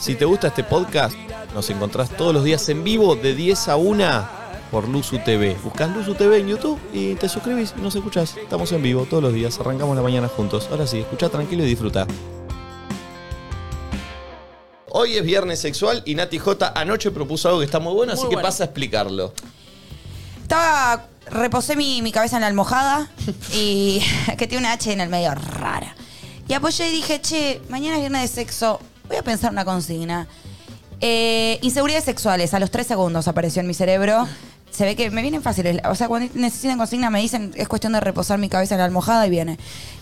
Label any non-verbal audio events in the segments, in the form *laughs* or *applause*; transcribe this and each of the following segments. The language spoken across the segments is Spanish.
Si te gusta este podcast, nos encontrás todos los días en vivo de 10 a 1 por Luzu TV. Buscás Luzu TV en YouTube y te suscribís y nos escuchás. Estamos en vivo todos los días, arrancamos la mañana juntos. Ahora sí, escucha tranquilo y disfruta. Hoy es viernes sexual y Nati J anoche propuso algo que está muy bueno, así Muy que bueno. pasa a explicarlo. Estaba. Reposé mi, mi cabeza en la almohada y. *laughs* que tiene una H en el medio rara. Y apoyé y dije, che, mañana es viernes de sexo. Voy a pensar una consigna. Eh, inseguridades sexuales. A los tres segundos apareció en mi cerebro. Se ve que me vienen fáciles. O sea, cuando necesitan consignas me dicen, es cuestión de reposar mi cabeza en la almohada y viene.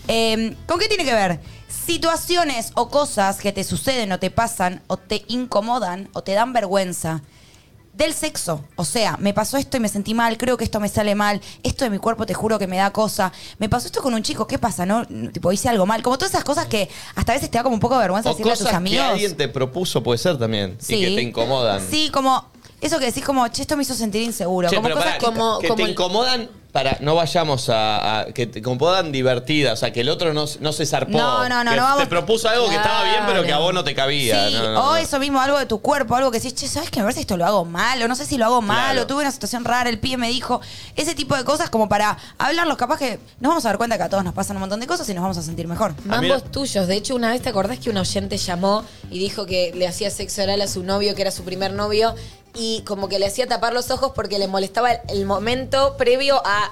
Eh, ¿Con qué tiene que ver? Situaciones o cosas que te suceden o te pasan o te incomodan o te dan vergüenza del sexo. O sea, me pasó esto y me sentí mal, creo que esto me sale mal, esto de mi cuerpo te juro que me da cosa. Me pasó esto con un chico, ¿qué pasa? ¿No? Tipo, hice algo mal. Como todas esas cosas que hasta a veces te da como un poco de vergüenza O decirle a tus cosas que amigos. alguien te propuso puede ser también Sí. y que te incomodan. Sí, como eso que decís como, che, esto me hizo sentir inseguro. Che, como pero cosas pará, que- como- que como te el- incomodan para no vayamos a, a- que te incomodan divertida, o sea, que el otro no, no se zarpó. No, no, no, que no vamos- Te propuso algo que estaba bien, pero que a Claro. vos no te cabía. Sí, no, no, no. o eso mismo, algo de tu cuerpo, algo que decís, che, ¿sabes que a ver si esto lo hago mal? O no sé si lo hago mal, Claro. o tuve una situación rara, el pie me dijo. Ese tipo de cosas como para hablarlos, capaz que nos vamos a dar cuenta que a todos nos pasan un montón de cosas y nos vamos a sentir mejor. A mí Mambos la- tuyos. De hecho, una vez te acordás que un oyente llamó y dijo que le hacía sexo oral a su novio, que era su primer novio, y como que le hacía tapar los ojos porque le molestaba el, el momento previo a.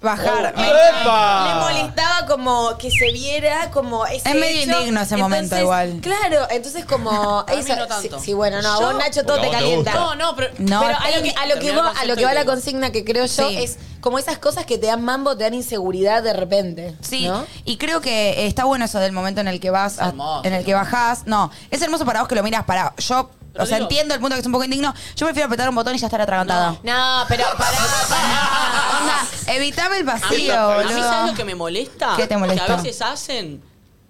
Bajar. Oh, me- ¡Epa! Le molestaba como que se viera como ese Es medio hecho. indigno ese momento igual. Claro, entonces como. A mí esa- no tanto. Sí, sí, bueno, no, a Yo- vos Nacho todo Porque te a vos te calienta. gusta. No, no, pero. No, pero a lo que, a lo que, Terminá vos- el a lo concepto que va y la digo. consigna que creo yo Sí. es como esas cosas que te dan mambo, te dan inseguridad de repente. Sí, ¿no? y creo que está bueno eso del momento en el que vas, a- hermoso, en el que bajás. No, es hermoso para vos que lo miras para. Yo, Lo o sea, digo. entiendo el punto que es un poco indigno. Yo prefiero apretar un botón y ya estar atragantada. No, pero pará, pará. Onda, Ah, evitame el A mí, vacío, a mí, boludo. ¿sabes lo que me molesta? ¿Qué te molesta? Que a veces hacen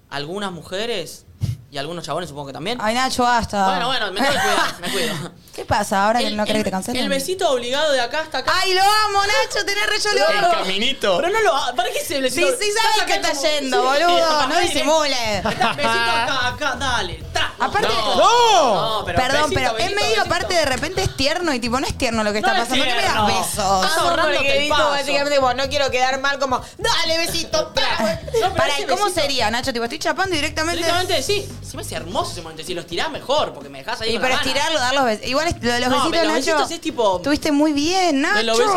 algunas mujeres y algunos chabones, supongo que también. Ay, Nacho, basta. Bueno, bueno, me tengo que cuidar, me cuido. ¿Qué pasa ahora que El- no querés el- que te cancelen? El besito obligado de acá hasta acá. *laughs* Ay, lo amo, Nacho, tenés re, yo lo El amo. caminito. Pero no lo ha- Eh, ¿Para qué se Sí, besito? sí, sabes Acá que está como- yendo, Sí. boludo. No Acá disimule. directo. Besito acá, acá, dale. ta. Aparte- ¡No! No, pero Perdón, besito, pero es besito, medio besito. aparte de repente es tierno y tipo, no es tierno lo que No está es pasando. ¿Por qué me das tierno. besos? Estás ahorrándote porque el dijo paso. básicamente, como, no quiero quedar mal, como, dale besito, pa". No, pero Pará, ese ¿y cómo besito- sería, Nacho? Tipo, estoy chapando directamente. Directamente sí. Si me hace hermoso ese momento. Si los tirás mejor, porque me dejás ahí. Y con pero la gana. estirarlo, dar los besitos. Igual es- lo de los No, besitos, pero los Nacho. besitos es tipo- Estuviste muy bien, Nacho. De los besos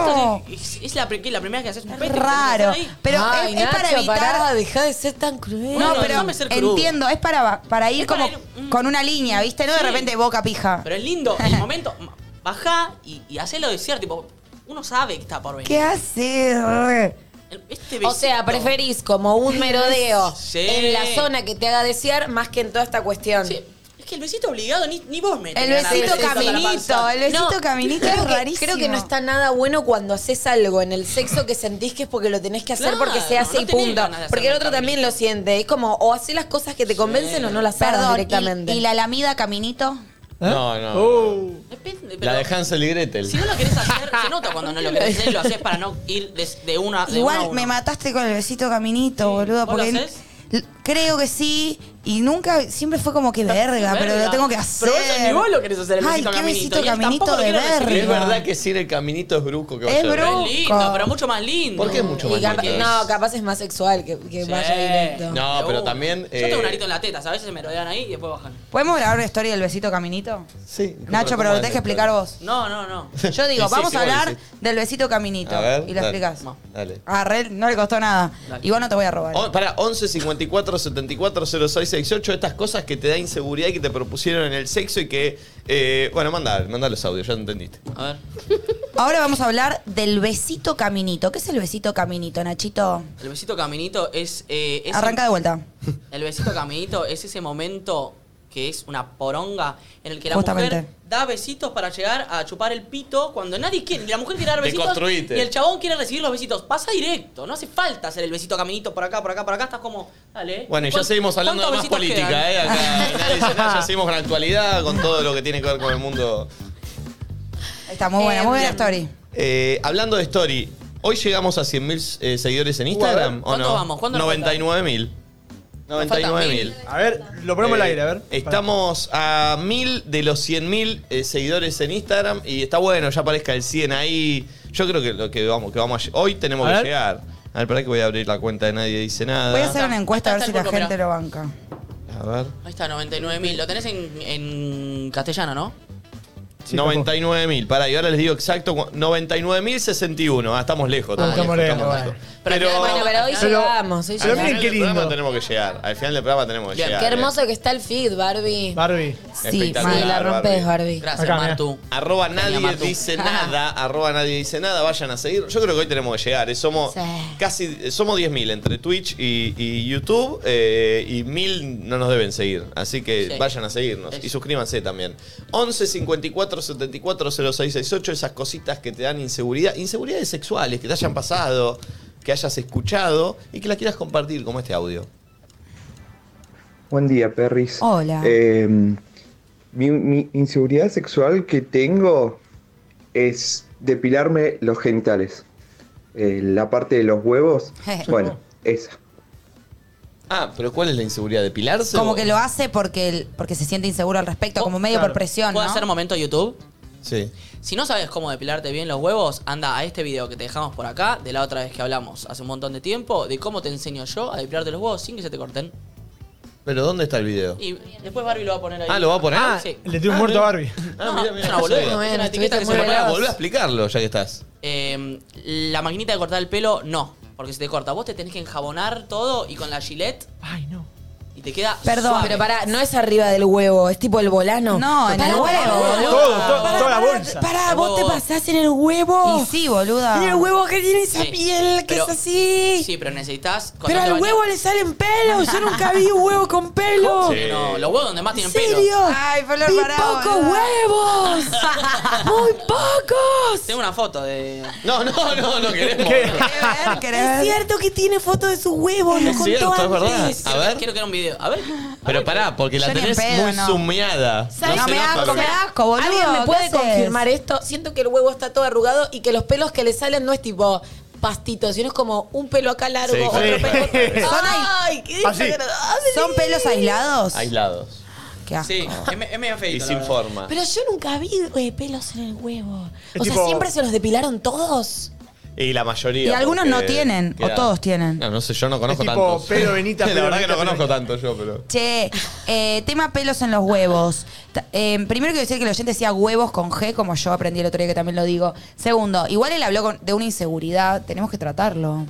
es, es la, pri- que la primera vez que haces un pete. Es raro. Pero Ay, es, es para Nacho, evitar. pará, dejá de ser tan cruel. No, Bueno, pero déjame ser crudo. entiendo, es para, para ir Es como para ir, mm. con una línea, ¿viste? No de Sí. repente boca pija. Pero es lindo el momento. m- Bajá y, y hacelo desear. Tipo, uno sabe que está por venir. ¿Qué haces? El- Este O sea, besito. preferís como un merodeo Sí. en la zona que te haga desear más que en toda esta cuestión. Sí, Es que el besito obligado ni, ni vos me El tenés ganas de besito besar toda la caminito, panza. el besito No, caminito creo es que- rarísimo. Creo que no está nada bueno cuando haces algo en el sexo que sentís que es porque lo tenés que hacer Claro, porque se hace no y tenés punto. ganas de hacer Porque el otro el camino. también lo siente. Es como, o haces las cosas que te convencen o no las hagas Perdón, directamente. ¿y, y la lamida caminito? No, no. Depende, pero La de Hansel y Gretel. Si no lo querés hacer, se nota cuando no lo querés hacer, lo haces para no ir de, de una de Igual uno a uno. me mataste con el besito caminito, boludo. ¿Vos lo Porque hacés? l- creo que sí. Y nunca, siempre fue como que verga, pero lo Verga. tengo que hacer. Pero eso ni vos lo querés hacer, el Ay, besito qué caminito, besito y él caminito tampoco de lo quiere hacer. verga. Arriba. Es verdad que si el caminito es brusco que vaya Es a ver. brusco. Pero es lindo, pero mucho más lindo. ¿Por qué es mucho más Y capa- lindo? no, capaz es más sexual que, que Sí. vaya directo. No, De pero una. también, Yo eh, tengo un arito en la teta, a veces se me rodean ahí y después bajan. ¿Podemos grabar una historia del besito caminito? Sí. Nacho, pero lo tenés que explicar vos. No, no, no. Yo digo, Y *laughs* sí, vamos sí, a vos hablar decís. del besito caminito. A ver, y lo dale. explicás. No. Dale. A Rel no le costó nada. Dale. Igual no te voy a robar. O- Oh, Pará, 11 54 74 06 68. Estas cosas que te da inseguridad y que te propusieron en el sexo y que. eh, bueno, manda, manda los audios, ya entendiste. A ver. Ahora vamos a hablar del besito caminito. ¿Qué es el besito caminito, Nachito? El besito caminito es. eh, es- Arranca de vuelta. El besito caminito es ese momento que es una poronga en el que la Justamente. mujer da besitos para llegar a chupar el pito cuando nadie quiere. La mujer quiere dar besitos y Deconstruite. el chabón quiere recibir los besitos. Pasa directo, no hace falta hacer el besito caminito por acá, por acá, por acá. Estás como, dale. Bueno, y ya ¿Cuán- seguimos hablando de cuántos más besitos política, quedan? ¿eh? *laughs* Acá nadie dice nada, ya seguimos con la actualidad, con todo lo que tiene que ver con el mundo. Ahí Está muy buena, Eh, muy buena bien. story. Eh, hablando de Story, Uh, hoy llegamos a 100.000 eh, seguidores en Instagram, ¿o ¿Cuánto no? vamos? ¿Cuánto nos 99.000. 99.000. A ver, lo ponemos Eh, al aire, a ver. Estamos a mil de los 100.000 eh, seguidores en Instagram y está bueno, ya aparezca el 100 ahí. Yo creo que lo que vamos, que vamos a lle- hoy tenemos A que ver. llegar. A ver, para que voy a abrir la cuenta de nadie dice nada. Voy a hacer una encuesta a ver si Está el la pulpo, gente mirá. lo banca. A ver. Ahí está, 99.000. Lo tenés en, en castellano, ¿no? Sí, 99.000. Pará, y ahora les digo exacto. cu- 99.061. Ah, estamos lejos. Ah, estamos estamos lejos, lejos, estamos bueno. lejos. Pero- Pero, Bueno, pero hoy Pero- llegamos, hoy pero miren al llegamos. qué final del programa lindo. tenemos que llegar. Al final del programa tenemos que Bien, llegar. Qué eh. hermoso que está el feed, Barbie. Barbie. Sí, Espectacular, sí, la rompes, Barbie. Gracias, Acá, mirá. Martu. Arroba Genia, nadie Martu. dice nada, arroba nadie dice nada, vayan a seguir. Yo creo que hoy tenemos que llegar. eh, Somos Sí. casi, eh, somos 10.000 entre Twitch y, y YouTube eh, y 1.000 no nos deben seguir. Así que Sí. vayan a seguirnos Eso. y suscríbanse también. 11 54 74 0668, esas cositas que te dan inseguridad, inseguridades sexuales que te hayan pasado, que hayas escuchado y que las quieras compartir como este audio. Buen día, Perris. Hola. Eh, mi, mi inseguridad sexual que tengo es depilarme los genitales. Eh, la parte de los huevos. Bueno, esa. Ah, pero ¿cuál es la inseguridad? ¿Depilarse? Como o- que lo hace porque, el- porque se siente inseguro al Oh, respecto, como medio Claro. por presión, ¿no? ¿Puedo hacer un momento YouTube? Sí. Si no sabes cómo depilarte bien los huevos, anda a este video que te dejamos por acá, de la otra vez que hablamos hace un montón de tiempo, de cómo te enseño yo a depilarte los huevos sin que se te corten. ¿Pero dónde está el video? Y después Barbie lo va a poner ahí. Ah, ¿lo va a poner? Ah, sí. Le tiene un muerto a Barbie. Ah, mirá, No, mirá, es una no boludez, sabía. es Bueno, una etiqueta que se estuviste Pero muy le pone a pará, la veloz. volvé a explicarlo ya que estás. Eh, la maquinita de cortar el pelo, no. Porque se te corta. Vos te tenés que enjabonar todo y con la gilet Ay, no. y te queda. Perdón, suave. Pero pará, no es arriba del huevo, es tipo el volano. No, en el Pará, huevo, pará, boludo. Todo, todo, pará, toda la pará, bolsa. Pará, El vos te huevo. pasás en el huevo. Oh. Y sí, boluda. Mira el huevo que tiene esa Sí. piel, que Pero- es así. Sí, pero necesitas. cuando Pero te al bañas- huevo le salen pelos. Yo nunca *laughs* vi un huevo con pelo. Sí. No, los huevos donde más ¿En tienen serio? pelo. Ay, Flor, Vi pará, pocos boluda. *laughs* huevos. Muy pocos. Tengo una foto de. No, no, no, no queremos. ¿Qué? ¿Querés Ah. ver? ¿Querés Es ver? cierto que tiene foto de sus huevos. Lo Es contó cierto, es antes. verdad. A Quiero- ver. Quiero que era un video. A ver. Pero pará, porque la Ah, Yo ni en tenés pedo, muy no. zumeada. No, se me nota asco, lo que- me asco, boludo. ¿Alguien me ¿qué puede haces? confirmar esto? Siento que el huevo está todo arrugado y que los pelos que le salen no es tipo pastitos, sino es como un pelo acá largo, Sí, otro claro. pelo. Son ahí- ¡Ay, qué Así. desagradable! ¿Son pelos aislados? Aislados. Qué asco. ah, Sí, es, me- es medio feito. Y la sin verdad. forma. Pero yo nunca vi eh, pelos en el huevo. Es o sea, tipo- ¿siempre se los depilaron todos? Y la mayoría. Y algunos porque no tienen, o queda- todos tienen. No, no sé, yo no conozco Es tipo tantos. *laughs* pelo, venita, La pelo, verdad que no venita, pelo. conozco tanto yo, pero. Che, eh, tema pelos en los huevos. Ta- eh, primero quiero decir que el oyente decía huevos con G, como yo aprendí el otro día que también lo digo. Segundo, igual él habló con- de una inseguridad, tenemos que tratarlo.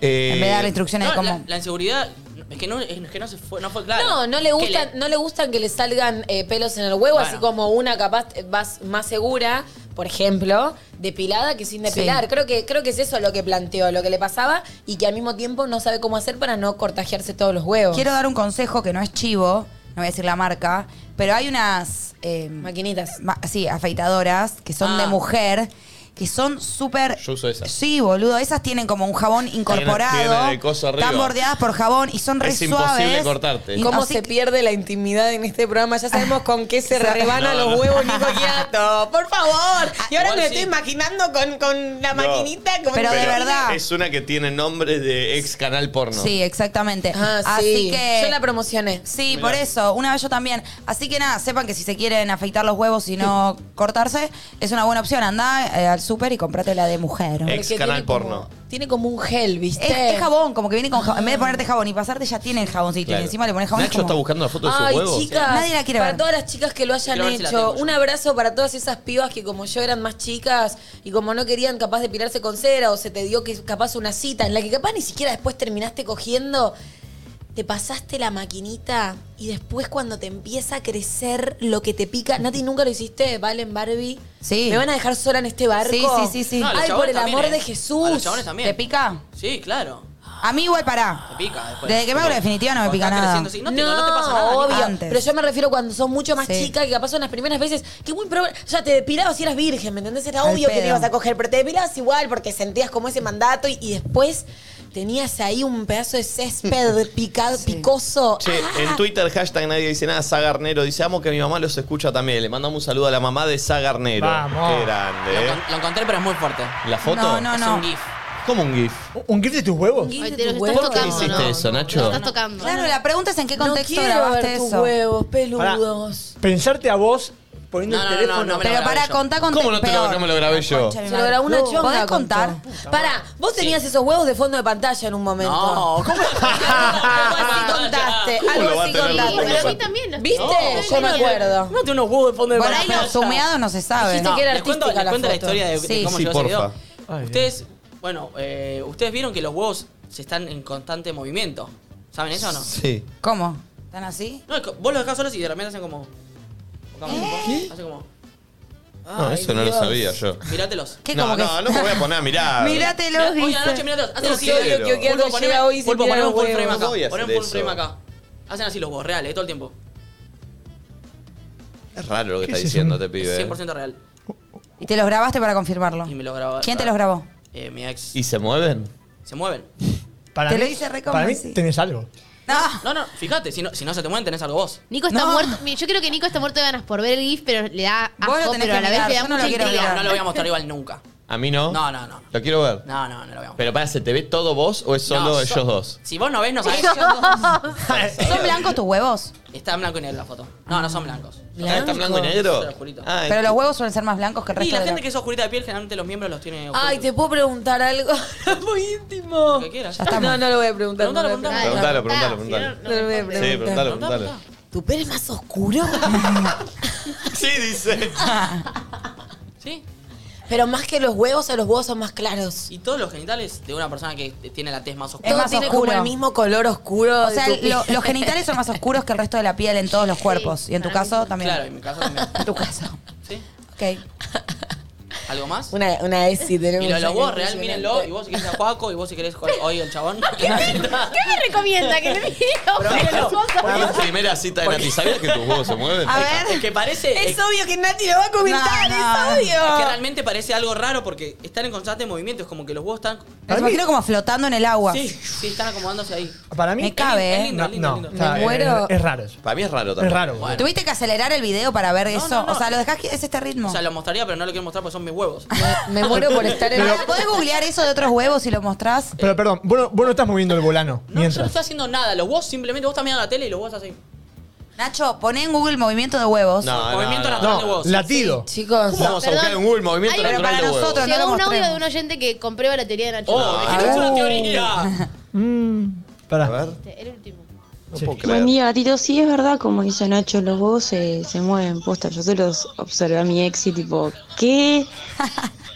Eh, en vez de dar instrucciones de No, cómo... la, la inseguridad. Es que no, es que no, se fue, no fue claro. No, no le Que gustan, no le gustan que le salgan eh, pelos en el huevo, Bueno. así como una capaz eh, más, más segura, por ejemplo, depilada que sin depilar. Sí. Creo que creo que es eso lo que planteó, lo que le pasaba y que al mismo tiempo no sabe cómo hacer para no cortajearse todos los huevos. Quiero dar un consejo que no es chivo, no voy a decir la marca, pero hay unas... eh, maquinitas. ma- sí, afeitadoras, que son Ah. de mujer, que son súper... Yo uso esas. Sí, boludo, esas tienen como un jabón incorporado. tiene el coso arriba. Están bordeadas por jabón y son re Es imposible suaves. cortarte. Y- ¿Cómo así se que- pierde la intimidad en este programa? Ya sabemos con qué se rebanan No, no. los huevos Nico Quiato. Por favor. Y ahora me lo igual sí. estoy imaginando con, con la No. maquinita. como Pero de una- verdad. Es una que tiene nombre de ex canal porno. Sí, exactamente. Ah, Así sí. que. Yo la promocioné. Sí, por eso, una vez yo también. Así que nada, sepan que si se quieren afeitar los huevos *laughs* y no cortarse, es una buena opción. Andá eh, al súper y comprate la de mujer. Eh, Es, Ex Porque canal tiene como- porno. Tiene como un gel, ¿viste? es jabón, como que viene con jabón. En vez de ponerte jabón y pasarte, ya tiene el jaboncito. Claro. Y encima le pones jabón. es Nacho como- está buscando la foto de sus Ay, huevos. chicas, Nadie la quiere para ver. todas las chicas que lo hayan Quiero ver si la hecho, tengo yo. un abrazo para todas esas pibas que como yo eran más chicas y como no querían capaz de pilarse con cera o se te dio que capaz una cita en la que capaz ni siquiera después terminaste cogiendo, te pasaste la maquinita y después cuando te empieza a crecer lo que te pica, Nati nunca lo hiciste, Valen Barbie. Sí. Me van a dejar sola en este barco. Sí, sí, sí, sí. No, a los Ay, por chabones el también, amor ¿eh? de A Jesús. los chabones también. ¿Te pica? Sí, claro. A mí igual Te pará. pica después. Desde que me hago la definitiva no me pica nada. No, te- no, te pasa nada. Nico. obvio. Antes. Pero yo me refiero cuando sos mucho más Sí. chica, que capaz son las primeras veces que muy proba- O sea, te depilabas y eras virgen, ¿me entendés? Era Al obvio que pedo. te ibas a coger, pero te depilabas igual porque sentías como ese mandato y, y después tenías ahí un pedazo de *laughs* césped picado, Sí. picoso. Che, ¡Ah! en Twitter, hashtag nadie dice nada, Sagarnero dice, amo que mi mamá los escucha también. Le mandamos un saludo a la mamá de Sagarnero. Vamos. Qué grande, Lo, ¿eh? encon- lo encontré, pero es muy fuerte. ¿La foto? No, no, es no. un GIF. ¿Cómo un GIF? ¿Un gif de tus huevos? Ay, Ay, te te los lo estás estás ¿Por qué tocando. hiciste eso, Lo Nacho? estás tocando. Claro, la pregunta es en qué No contexto quiero grabaste ver tus eso. huevos peludos. Pensarte a vos poniendo No, el no, no, teléfono. no me la- Pero para yo. contar con ¿Cómo no te lo- no me lo grabé yo? Se lo grabó una chonga. ¿Podés contó. contar? Pará, vos tenías esos huevos de fondo de pantalla en un momento. *laughs* No, ¿cómo? Algo así contaste, ¿Cómo lo algo va a así tener Sí, pero a mí contaste. también los ¿Viste? No, Yo me no, acuerdo. No tiene unos huevos de fondo de Por ahí pantalla. los zumeados no se sabe. Dijiste que era les cuento, artística les la cuento la foto. historia de, de Sí. cómo Sí, llegó ese porfa. video. Ustedes, bueno, eh, ustedes vieron que los huevos se están en constante movimiento. ¿Saben eso o no? Sí. ¿Cómo? ¿Están así? No, es que vos los dejás solos y de repente hacen como. ¿Qué? Hacen como. No, eso no lo sabía yo. Mirátelos. ¿Qué No, como que no, no me voy a poner a mirar. Míratelo, Mirá, hoy a la noche dice. mirátelos. Hacen No así. quiero. Vuelvo que a poner- vuelvo a poner un full frame acá. No voy a Poner un hacer full frame eso. acá. Hacen así los huevos reales, todo el tiempo. Es raro lo que está es eso? diciendo este pibe. eh. 100% real. Y te los grabaste para confirmarlo. Y me lo grabó. ¿Quién te los grabó? Eh, mi ex. ¿Y se mueven? Se mueven. Para Te mí, lo hice re como Para mí así. tenés algo. No. No, no, fíjate, si no, si no se te mueven, tenés algo vos. Nico está No. muerto. Mira, Yo creo que Nico está muerto de ganas por ver el GIF, pero le da Vos lo asco, tenés Ah, que pero a la vez mirar, le yo da no lo mucha quiero No, intriga. mirar. no lo voy a mostrar igual nunca. ¿A mí no? No, no, no. Lo quiero ver. No, no, no lo voy a mostrar. Pero para, ¿se te ve todo vos o es solo No, ellos so- dos? Si vos no ves, no sabés. ¿Son blancos tus huevos? Está en blanco y negro la foto. No, no son blancos. Ah, ¿Está blanco y negro? Te lo jurito. Ah, Pero los huevos suelen ser más blancos que el Y resto la de gente que es oscurita de piel, generalmente los miembros los tiene oscuros. Ay, ¿te puedo preguntar algo? *laughs* Muy íntimo. Lo que quieras. Ya estamos. No, no lo voy a preguntar. Preguntalo, no lo voy a preguntalo. Preguntalo, Ah, preguntalo, si preguntalo. No lo voy a Sí, preguntar. preguntalo, preguntalo. ¿Tu pelo es más oscuro? Sí, *laughs* dice. Sí. Pero más que los huevos, a los huevos son más claros. Y todos los genitales de una persona que tiene la tez más Es oscura. Todo más tiene oscuro. como el mismo color oscuro. O de sea, tu piel. lo- los genitales son más oscuros que el resto de la piel en todos los cuerpos. Y en tu para caso también. Claro, en mi caso también. En tu caso. ¿Sí? Ok. ¿Algo más? Una, una ESI tenemos. Y lo, lo acá, vos, real, impresionante. mírenlo. Y vos si querés a Juaco, y vos si querés con- hoy el chabón. *laughs* *laughs* ¿Qué me recomienda? Que le míralo. mire la primera cita de Nati. ¿Sabías que tus huevos se mueven? A ver. Es que parece. Es obvio que Nati lo va a comentar, No, no. es obvio. es que realmente parece algo raro porque están en constante movimiento. Es como que los huevos están. Me imagino como flotando en el agua. Sí, sí, están acomodándose ahí. Para mí. Me cabe, es ¿eh? lindo. No, no, lindo. está- Me muero. Es, es raro eso. Para mí es raro también. Es raro. Bueno. ¿Tuviste que acelerar el video para ver eso? no, no. O sea, lo dejás que es este ritmo. O sea, lo mostraría, pero no lo quiero mostrar porque son mis huevos. Me muero por estar *laughs* en Ahora, ¿Podés googlear eso de otros huevos y lo mostrás? Pero perdón, vos no, vos no estás moviendo el volano No, yo no mientras. estoy haciendo nada. Los vos simplemente, vos estás mirando la tele y los vos así. Nacho, poné en Google movimiento de huevos. No, no, Movimiento no. natural de no, huevos. latido. Chicos, ¿Cómo vamos a buscar Perdón. en Google movimiento Ay, pero natural para de huevos? nosotros, Llegó no un lo audio mostremos. de un oyente que comprueba la teoría de Nacho. Oh, dijimos una teoría. Pará. A ver, Este, El último. no Sí. puedo Buen creer. día, gatito. Sí, es verdad, como dice Nacho, los huevos se, se mueven, posta. Yo se los observé a mi ex y tipo, *laughs* ¿qué?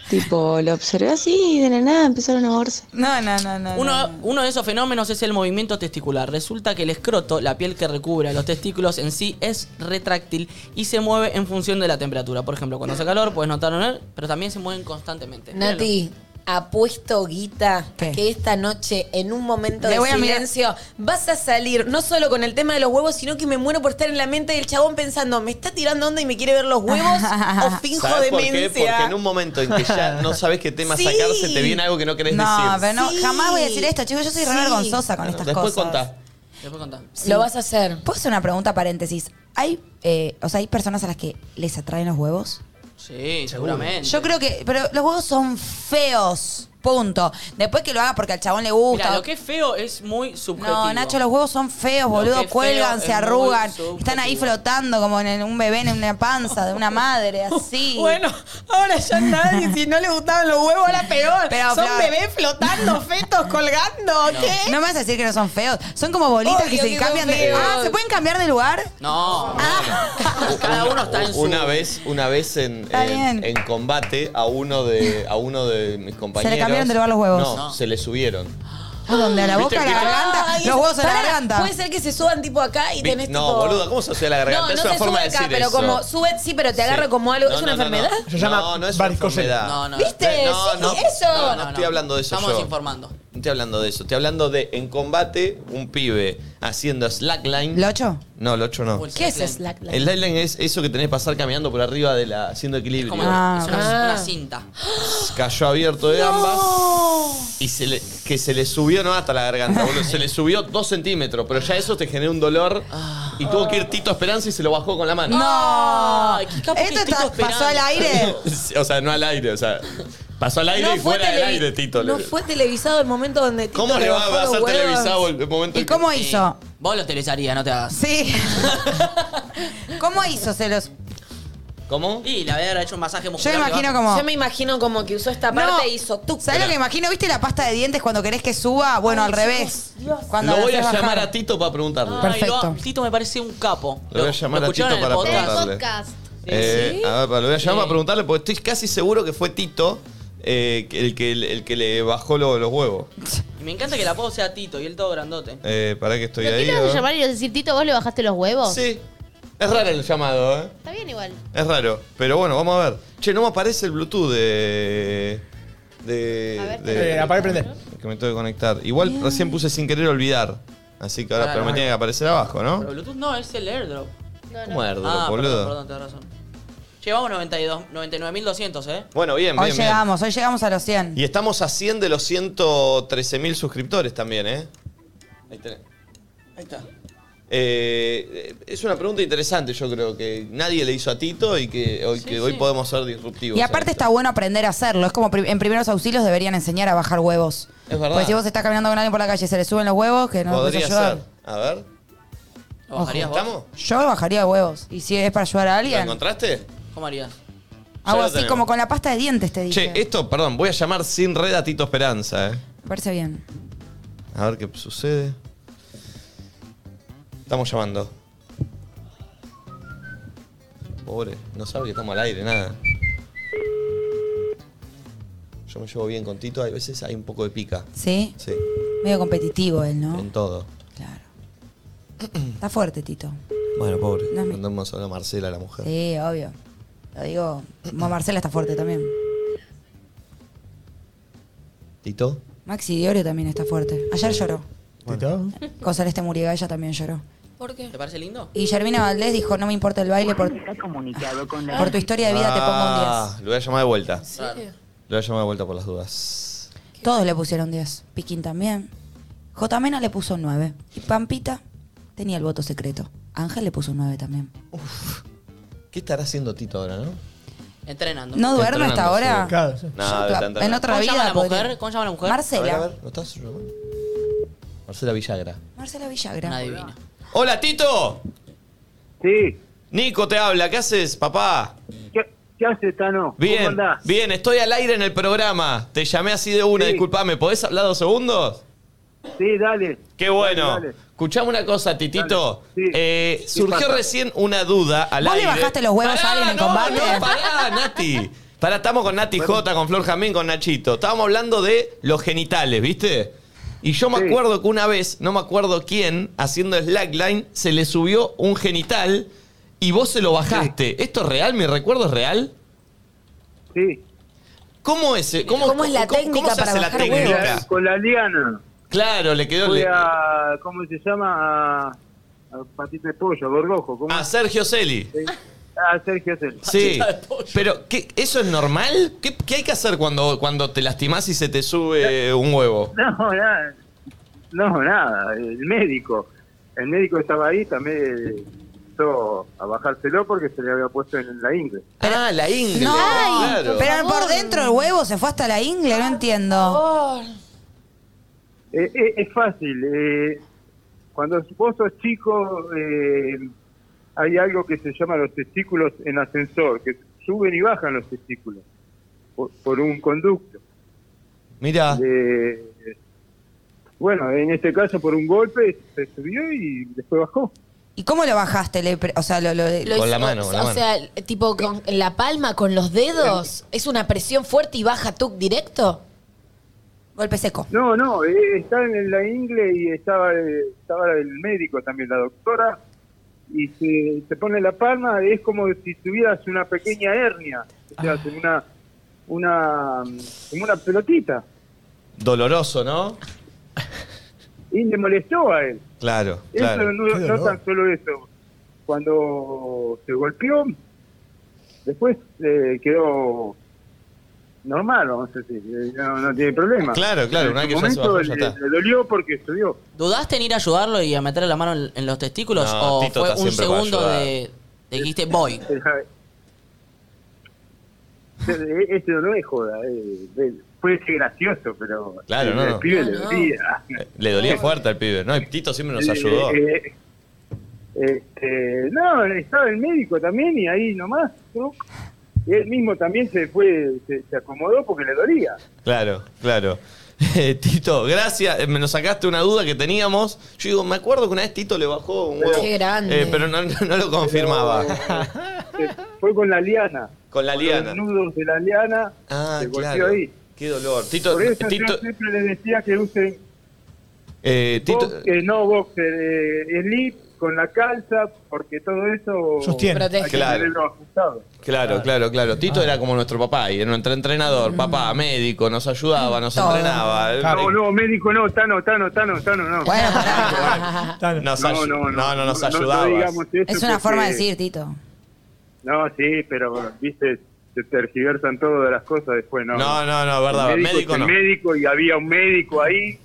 tipo, lo observé así y de la nada empezaron a moverse. No, no, no, no. Uno, no. uno de esos fenómenos es el movimiento testicular. Resulta que el escroto, la piel que recubre a los testículos en sí, es retráctil y se mueve en función de la temperatura. Por ejemplo, cuando hace calor, puedes notar o no, pero también se mueven constantemente. Míralo. Nati, apuesto guita ¿Qué? que esta noche, en un momento Le de voy a mirar. silencio, vas a salir no solo con el tema de los huevos, sino que me muero por estar en la mente del chabón pensando, me está tirando onda y me quiere ver los *laughs* huevos o finjo ¿Sabes por demencia. qué? Porque en un momento en que ya no sabes qué tema Sí. sacarse, te viene algo que no querés No, decir. pero no, Sí. jamás voy a decir esto, chicos. Yo soy re Sí. vergonzosa con estas Después cosas. contá. Después contá. Lo vas a hacer. ¿Puedo hacer una pregunta paréntesis? ¿Hay, eh, o sea, ¿Hay personas a las que les atraen los huevos? Sí, seguramente. Yo creo que. Pero los huevos son feos. Punto. Después que lo haga porque al chabón le gusta. Mira, lo que es feo es muy subjetivo. No, Nacho, los huevos son feos, que boludo. es Cuelgan, feo se es muy arrugan. subjetivo. Están ahí flotando como en el- un bebé en una panza de *laughs* una madre, así. Bueno, ahora ya nadie, si no le gustaban los huevos, ahora peor. Pero, Son Flor. bebés *laughs* flotando, fetos colgando, ¿qué? No me vas a decir que no son feos. Son como bolitas Obvio que se que son cambian de. feos. Ah, ¿se pueden cambiar de lugar? Ah. No, no, no. cada uno está en su. Una vez, una vez en, Está en, bien. en combate a uno de a uno de mis compañeros. cambiaron de lugar los huevos. No, No. se le subieron. ¿A dónde? ¿A la ¿Viste boca, a la que- garganta? Ay, los huevos en la pará, garganta. Puede ser que se suban tipo acá y Vi- tenés no, tipo... boluda, ¿cómo se hacía la garganta? No, es no una se forma sube de acá, decir pero eso. como sube, sí, pero te agarra Sí. como algo. No, ¿Es una no, no, enfermedad? No, Se llama no, no es una varicocele. enfermedad. No, no. ¿Viste? No, sí, no. eso. No, no, estoy hablando de eso Estamos yo. informando. No estoy hablando de eso. Estoy hablando de en combate un pibe haciendo slackline. ¿Locho? No, el 8 no. O el ¿Qué es slackline. slackline? El slackline es eso que tenés que pasar caminando por arriba de la haciendo equilibrio. Como Ah, es una, ok. una cinta. Cayó abierto de ambas. Y se le, que se le subió, no hasta la garganta, boludo. Se le subió dos centímetros, pero ya eso te generó un dolor. Y tuvo que ir Tito Esperanza y se lo bajó con la mano. *laughs* No. Ay, qué capo que ¿Esto estoy está- esperando. pasó al aire? o sea, no al aire, o sea. Pasó al aire y fuera del televi- aire, Tito. No le- fue televisado el momento donde Tito ¿Cómo le va, bajó va a los ser huevos? televisado el el momento ¿Y en que- cómo hizo? Vos lo televisarías, no te hagas. Sí. *laughs* ¿Cómo hizo, Celos? ¿Cómo? Y le había hecho un masaje Yo muscular. me imagino como... Yo me imagino como que usó esta parte e hizo tú. ¿Sabes lo que me imagino? ¿Viste la pasta de dientes cuando querés que suba? Bueno, al revés. Cuando Lo la voy a haces llamar bajar. a Tito para preguntarle. Ay, Perfecto. lo- Tito me parece un capo. Lo voy a llamar a escucharon Tito en para el podcast? preguntarle. podcast. Eh, a ver, lo voy a llamar Sí. a preguntarle porque estoy casi seguro que fue Tito eh, que- el, que, el, que le bajó lo- los huevos. Y me encanta que la apodo sea Tito y él todo grandote. Eh, para que estoy ¿Pero ahí. qué le a vas ver. a llamar y le vas a decir, Tito, vos le bajaste los huevos? Sí. Es raro el llamado, ¿eh? Está bien igual. Es raro. Pero bueno, vamos a ver. Che, no me aparece el Bluetooth de. de. A ver, de- Eh, apaga y prende. Que me tengo que conectar. Igual recién puse sin querer olvidar. Así que ahora, Pará, pero me no, tiene que aparecer abajo, Pero ¿no? Bluetooth no, es el airdrop. No, no. ¿Cómo era, Ah, boludo? perdón, perdón, tenés razón. Llevamos 92 99.200, ¿eh? Bueno, bien, Hoy bien, bien. llegamos, hoy llegamos a los 100. Y estamos a 100 de los 113.000 suscriptores también, ¿eh? Ahí tenés. Ahí está. Eh, es una pregunta interesante, yo creo que nadie le hizo a Tito y que hoy, que hoy podemos ser disruptivos. Y aparte en esto. está bueno aprender a hacerlo. Es como pri- en primeros auxilios deberían enseñar a bajar huevos. Es verdad. Porque si vos estás caminando con alguien por la calle y se le suben los huevos, que no lo puedes Podría ayudar. ser. A ver, ¿Lo bajarías vos? ¿estamos? Yo bajaría huevos. Y si es para ayudar a ¿Lo alguien, encontraste? ¿Cómo harías? Ya lo hago así tenemos. como con la pasta de dientes, te dije. Che, esto, perdón, voy a llamar sin red a Tito Esperanza, ¿eh? Me parece bien. A ver qué sucede. Estamos llamando. Pobre, no sabe que estamos al aire, nada. Yo me llevo bien con Tito, hay veces hay un poco de pica. ¿Sí? Sí, Medio competitivo él, ¿no? en todo. Claro. Está fuerte, Tito. Bueno, pobre. No me- Mandamos a Marcela, la mujer. Sí, obvio. Lo digo, Mo- Marcela está fuerte también. Tito. Maxi Diorio también está fuerte. Ayer lloró. Tito. Con Celeste Muriega, ella también lloró. ¿Por qué? ¿Te parece lindo? Y Germina Valdés dijo, no me importa el baile, por, por tu historia de vida te pongo un Ah, Lo voy a llamar de vuelta. Raro. Lo voy a llamar de vuelta por las dudas. 10. Todos le pusieron 10. Piquín también. J. Mena le puso 9. Y Pampita tenía el voto secreto. Ángel le puso 9 también. ¿Qué estará haciendo Tito ahora, no? Entrenando. ¿No Está duerme hasta entrenando, ahora? seguro. Claro, sí. No, de tanta- en otra ¿Cómo vida. llama la podría. mujer? ¿Cómo llama la A ver, mujer? a Marcela. ver, ¿no estás? Marcela Villagra. Marcela Villagra. Una divina. ¡Hola, Tito! Sí, Nico te habla, ¿qué haces, papá? ¿qué, qué hace Tano? Bien, ¿Cómo andás? bien, estoy al aire en el programa. Te llamé así de una, Sí. disculpame, ¿podés hablar dos segundos? Sí, dale. Qué bueno. Dale, dale. Escuchame una cosa, Titito. Dale, sí. Eh, ¿Qué surgió pasa? recién una duda al ¿Vos le aire. bajaste los huevos a Pará, alguien en no, combate? No, pará, Nati. Pará, estamos con Nati J, con Flor Jamín, con Nachito. Estábamos hablando de los genitales, ¿viste? Y yo me Sí. acuerdo que una vez, no me acuerdo quién, haciendo slackline, se le subió un genital y vos se lo bajaste. ¿Esto es real? ¿Mi recuerdo es real? Sí. ¿Cómo es? eh, ¿Cómo, ¿Cómo es la técnica se hace para la bajar Con técnica? la, con la liana. Claro, le quedó... Fui le- a, ¿cómo se llama? A, a Patita de Pollo, a Gorgojo. ¿cómo? A Sergio Celi. A Sergio Ah, Cel. Sí, Patita de pollo. pero ¿qué- ¿eso es normal? ¿Qué, qué hay que hacer cuando, cuando te lastimás y se te sube un huevo? No, nada. No, nada. El médico. El médico estaba ahí, también empezó a bajárselo porque se le había puesto en la ingle. ah, la ingle. No, claro. pero por dentro el huevo se fue hasta la ingle, no entiendo. Eh, eh, es fácil. eh, cuando vos sos chico, eh, hay algo que se llama los testículos en ascensor, que suben y bajan los testículos por, por un conducto. Mira, Eh, bueno, en este caso por un golpe se subió y después bajó. ¿Y cómo lo bajaste? Le pre- o sea, lo, lo- Lo Con hizo- la mano, con la o mano. sea, tipo con la palma, con los dedos. ¿Es una presión fuerte y baja tú directo? golpe seco. No, no, eh, estaba en la ingle y estaba, eh, estaba el médico también, la doctora, y se, te pone la palma, es como si tuvieras una pequeña hernia, o sea, como una, una, como una pelotita, doloroso, ¿no? y le molestó a él. Claro, Eso claro. no, Qué no dolor. tan solo eso, cuando se golpeó, después eh, quedó normal, vamos a decir, eh, no, no tiene problema. Claro, claro, una vez en que el ya se bajó, momento ya le- está. le dolió porque subió. ¿Dudaste en ir a ayudarlo y a meterle la mano en, en los testículos? No, ¿O Tito fue está un siempre para segundo ayudar. de, de que dijiste voy? Deja- Eh, Este no es joda. eh, eh, Puede ser gracioso, pero. Claro, el- no, el no. pibe No, le no. dolía. Le dolía fuerte al pibe, ¿no? Y Tito siempre nos ayudó. Eh, eh, este, no, estaba el médico también y ahí nomás. ¿no? Él mismo también se fue, se, se acomodó porque le dolía. Claro, claro. *laughs* Eh, Tito, gracias. Eh, Me nos sacaste una duda que teníamos. Yo digo, me acuerdo que una vez Tito le bajó un huevo. Qué grande. Eh, pero no, no- no *laughs* lo confirmaba. Se eh, fue con la liana. Con la liana. Los nudos de la liana. Ah, se golpeó claro. ahí. Qué dolor. Tito, Por eso yo Tito, siempre le decía que use eh, Tito, boxer, no boxer, eh, slip con la calza, porque todo eso... Sostiene. hay que Protege. Claro. tenerlo ajustado. Claro, claro, claro. Tito era como nuestro papá y era nuestro entrenador, papá, médico, nos ayudaba, nos Todo. entrenaba. Eh, Claro. No, no, médico, no, Tano, Tano, Tano, Tano, no. Bueno, pará. Tan- Eh, Nos ayu- no, no, nos ayudaba. digamos eso es una porque- forma de *laughs* decir, Tito. No, sí, pero, viste, se tergiversan todas las cosas después, ¿no? no, no, no, verdad, El médico, médico, es el no. médico y había un médico ahí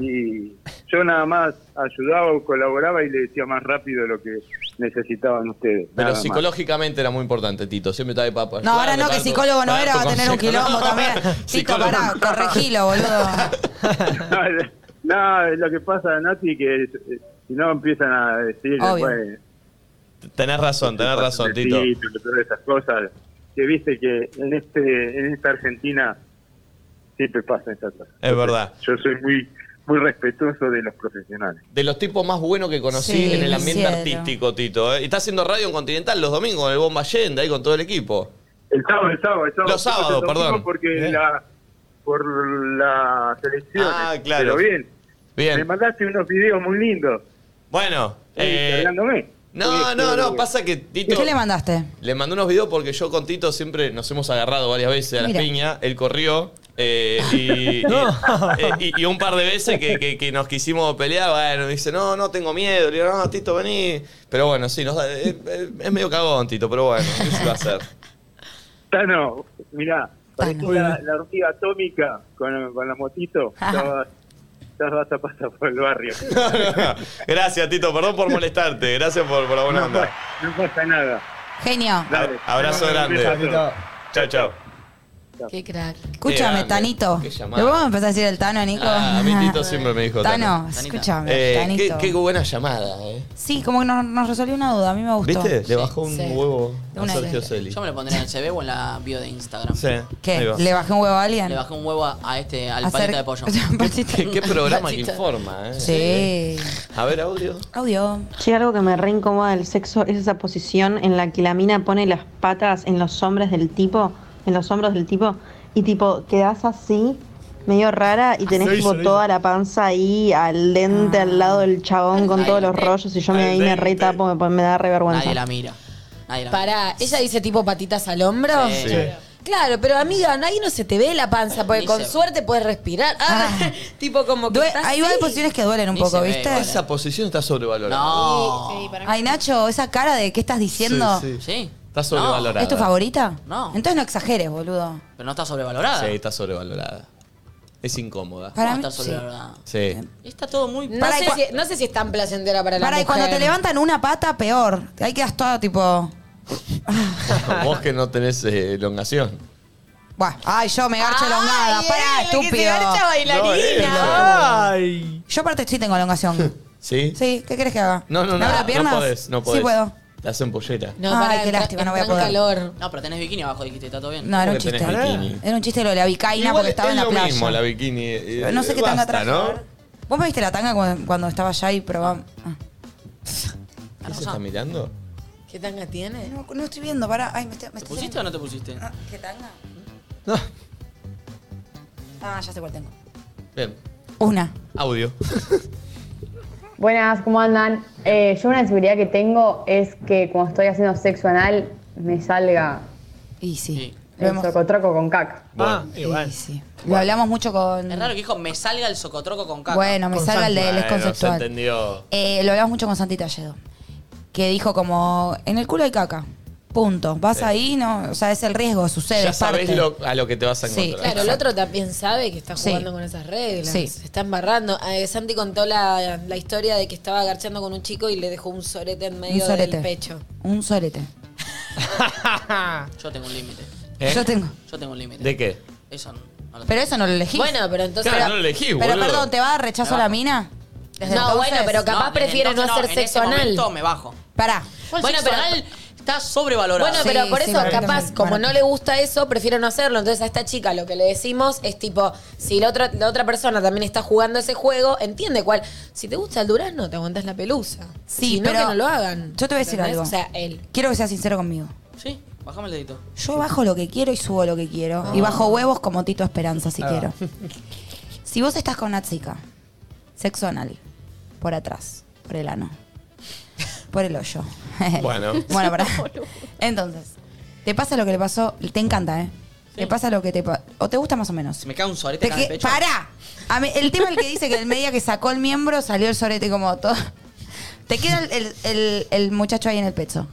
y yo nada más ayudaba o colaboraba y le decía más rápido lo que necesitaban ustedes. Pero nada más. psicológicamente era muy importante, Tito. Siempre estaba de papá. No, ahora no, que psicólogo no era, va a tener un quilombo también. Tito, Psicólogo. pará, corregilo, boludo. no, lo que pasa, Nati, que eh, si no empiezan a decir Obvio. bueno, *laughs* Tenés razón, *laughs* tenés razón, Sí, Tito. todas esas cosas. Que viste que en este en esta Argentina siempre pasan esas cosas. Es verdad. Yo soy muy muy respetuoso de los profesionales. De los tipos más buenos que conocí Sí, en el ambiente hicieron. artístico, Tito. ¿eh? Y está haciendo radio en Continental los domingos con el Bomba Allende, ahí con todo el equipo. El sábado, el sábado, el sábado. Los sábados, El domingo perdón. ¿Eh? Porque Bien. la, por la selección. Ah, claro. Pero bien, me Bien. mandaste unos videos muy lindos. Bueno. eh, eh, hablándome. no, Sí, no, pero- no, pasa que Tito... ¿Qué le mandaste? Le mandé unos videos porque yo con Tito siempre nos hemos agarrado varias veces a la Mira. piña. Él corrió. eh, y, y- eh, y- y un par de veces que, que- que nos quisimos pelear, bueno, me dice, no, no tengo miedo. Le digo, no, Tito, vení. Pero bueno, sí, nos da- eh, eh, es medio cagón, Tito, pero bueno, ¿qué se va *laughs* a hacer? Tano, mirá, parecía Tano. la, la hormiga atómica con, con la motito. Estabas, estabas a pasar por el barrio. *laughs* Gracias, Tito, perdón por molestarte. Gracias por, por la buena No, onda. pasa- no pasa nada. Genio. Dale. Abrazo grande. Tito. Chao, chao. Qué crack. Escúchame, grande. Tanito. Qué llamada. ¿Le vamos a empezar a decir el Tano, Nico? Ah, a mí Tito siempre me *laughs* dijo. Tano, Tanita. escúchame, Eh, qué, Tanito. qué buena llamada, ¿eh? Sí, como que nos, nos resolvió una duda, a mí me gustó. ¿Viste? Le bajó un sí. huevo a Una Sergio idea. Celi. Yo me lo pondré en el CV o en la bio de Instagram. Sí, ahí ¿Qué? va. ¿Le bajé un huevo a alguien? Le bajé un huevo a, a este, al A paleta Ser- *laughs* de pollo. Patita. ¿Qué, qué programa que Patita. informa, ¿eh? Sí. A ver, audio. Audio. Sí, algo que me reincomoda del sexo es esa posición en la que la mina pone las patas en los hombres del tipo, en los hombros del tipo, y tipo, quedás así, medio rara, y tenés Lo hizo, tipo lo hizo. toda la panza ahí al dente al lado del chabón con Al todos los dente. rollos, y yo me, Al ahí me dente. retapo, me, pon- me da re vergüenza. Nadie la mira. Nadie la mira. Pará, ella dice tipo patitas al hombro. Sí. Sí. Claro, pero amiga, ahí no se te ve la panza, porque Ni con se- suerte puedes respirar. Ah, Ah. *laughs* tipo como que. Due- estás hay varias ahí. posiciones que duelen un Ni poco, se ve, ¿viste? igual. Esa posición está sobrevalorada. No. Ay, Nacho, esa cara de ¿qué estás diciendo? Sí. Sí. Está sobrevalorada. ¿Es tu favorita? No. Entonces no exageres, boludo. No, pero no está sobrevalorada. Sí, está sobrevalorada. Es incómoda. ¿Cómo Para mí, está sí. sobrevalorada? Sí. *laughs* Está todo muy... No, Pará, y sé cua- si, no sé si es tan placentera para la Para, y mujer. cuando te levantan una pata, peor. Ahí quedas todo tipo. Vos que no tenés eh, elongación. Buah, ay, yo me garcho Ay, elongada. eh, Pará, la que se estúpido. garcha bailarina. No, eh, Ay. Yo aparte sí tengo elongación. *laughs* ¿Sí? Sí, ¿qué querés que haga? No, no, ¿Me no. abro las piernas? No podés, no podés. Sí puedo. Te hacen pollera. No, Ay, pará, qué entra- lástima, no voy a entra en poder. calor. No, pero tenés bikini abajo, dijiste, está todo bien. No, era un que tenés chiste. bikini. Era un chiste lo de la bicaina porque estaba es en la lo playa. mismo la bikini. eh, Pero no sé qué tanga basta, traje. ¿no? ¿Vos me viste la tanga cuando, cuando estaba allá y probamos? Ah. ¿Qué se está mirando? ¿Qué tanga tiene? No, no estoy viendo, pará. Ay, me estoy, me ¿Te estoy pusiste o saliendo. no te pusiste? Ah, ¿Qué tanga? No. Ah, ya sé cuál tengo. Bien. Una. Audio. Buenas, ¿cómo andan? Eh, yo una inseguridad que tengo es que cuando estoy haciendo sexo anal me salga Y sí. Sí. Lo el hemos- socotroco con caca. Ah, Bueno. igual. y sí. Lo hablamos mucho con. Es raro que dijo, me salga el socotroco con caca. Bueno, me Con salga el Santi. de él, es Bueno, Se conceptual. *laughs* entendió. Eh, lo hablamos mucho con Santi Talledo. Que dijo como, en el culo hay caca. Punto. Vas ahí, no, o sea, es el riesgo, sucede. Ya es parte. sabés lo- a lo que te vas a Sí, encontrar. Claro, el otro también sabe que está Sí. jugando con esas reglas. Sí. Se está embarrando. Eh, Santi contó la, la historia de que estaba agarchando con un chico y le dejó un sorete en Un medio del solete. pecho. Un solete. Yo tengo un límite. ¿Eh? Yo tengo. Yo tengo un límite. ¿De qué? Eso no. no lo Pero tengo. eso no lo elegís. Bueno, pero entonces- Claro, Pero- no lo elegís, Pero boludo. perdón, ¿te va a rechazo Me la bajo. mina? Desde No, entonces- bueno, pero capaz No, prefiere no entonces hacer en sexo ese anal. momento me bajo. Pará. Bueno, pero- está sobrevalorado. Bueno, pero por eso, capaz, como no le gusta. gusta eso, prefiero no hacerlo. Entonces a esta chica lo que le decimos es tipo, si la otra, la otra persona también está jugando ese juego, entiende cuál. Si te gusta el durazno, te aguantas la pelusa. Sí, si no, pero que no lo hagan. Yo te voy a decir ¿Entendés? algo. O sea, eh, él. Quiero que seas sincero conmigo. Sí, bajame el dedito. Yo bajo lo que quiero y subo lo que quiero. Y bajo huevos como Tito Esperanza, si Ah. quiero. Si vos estás con una chica, sexo anal, por atrás, por el ano, por el hoyo. *laughs* Bueno. bueno, pará. Entonces, te pasa lo que le pasó, te encanta, ¿eh? Te pasa lo que te pa- O te gusta más o menos. Si me cae un sorete Te acá en el que- pecho. pará. A mí- el tema el que dice que el media que sacó el miembro salió el sorete como todo. Te queda el, el- el- el muchacho ahí en el pecho.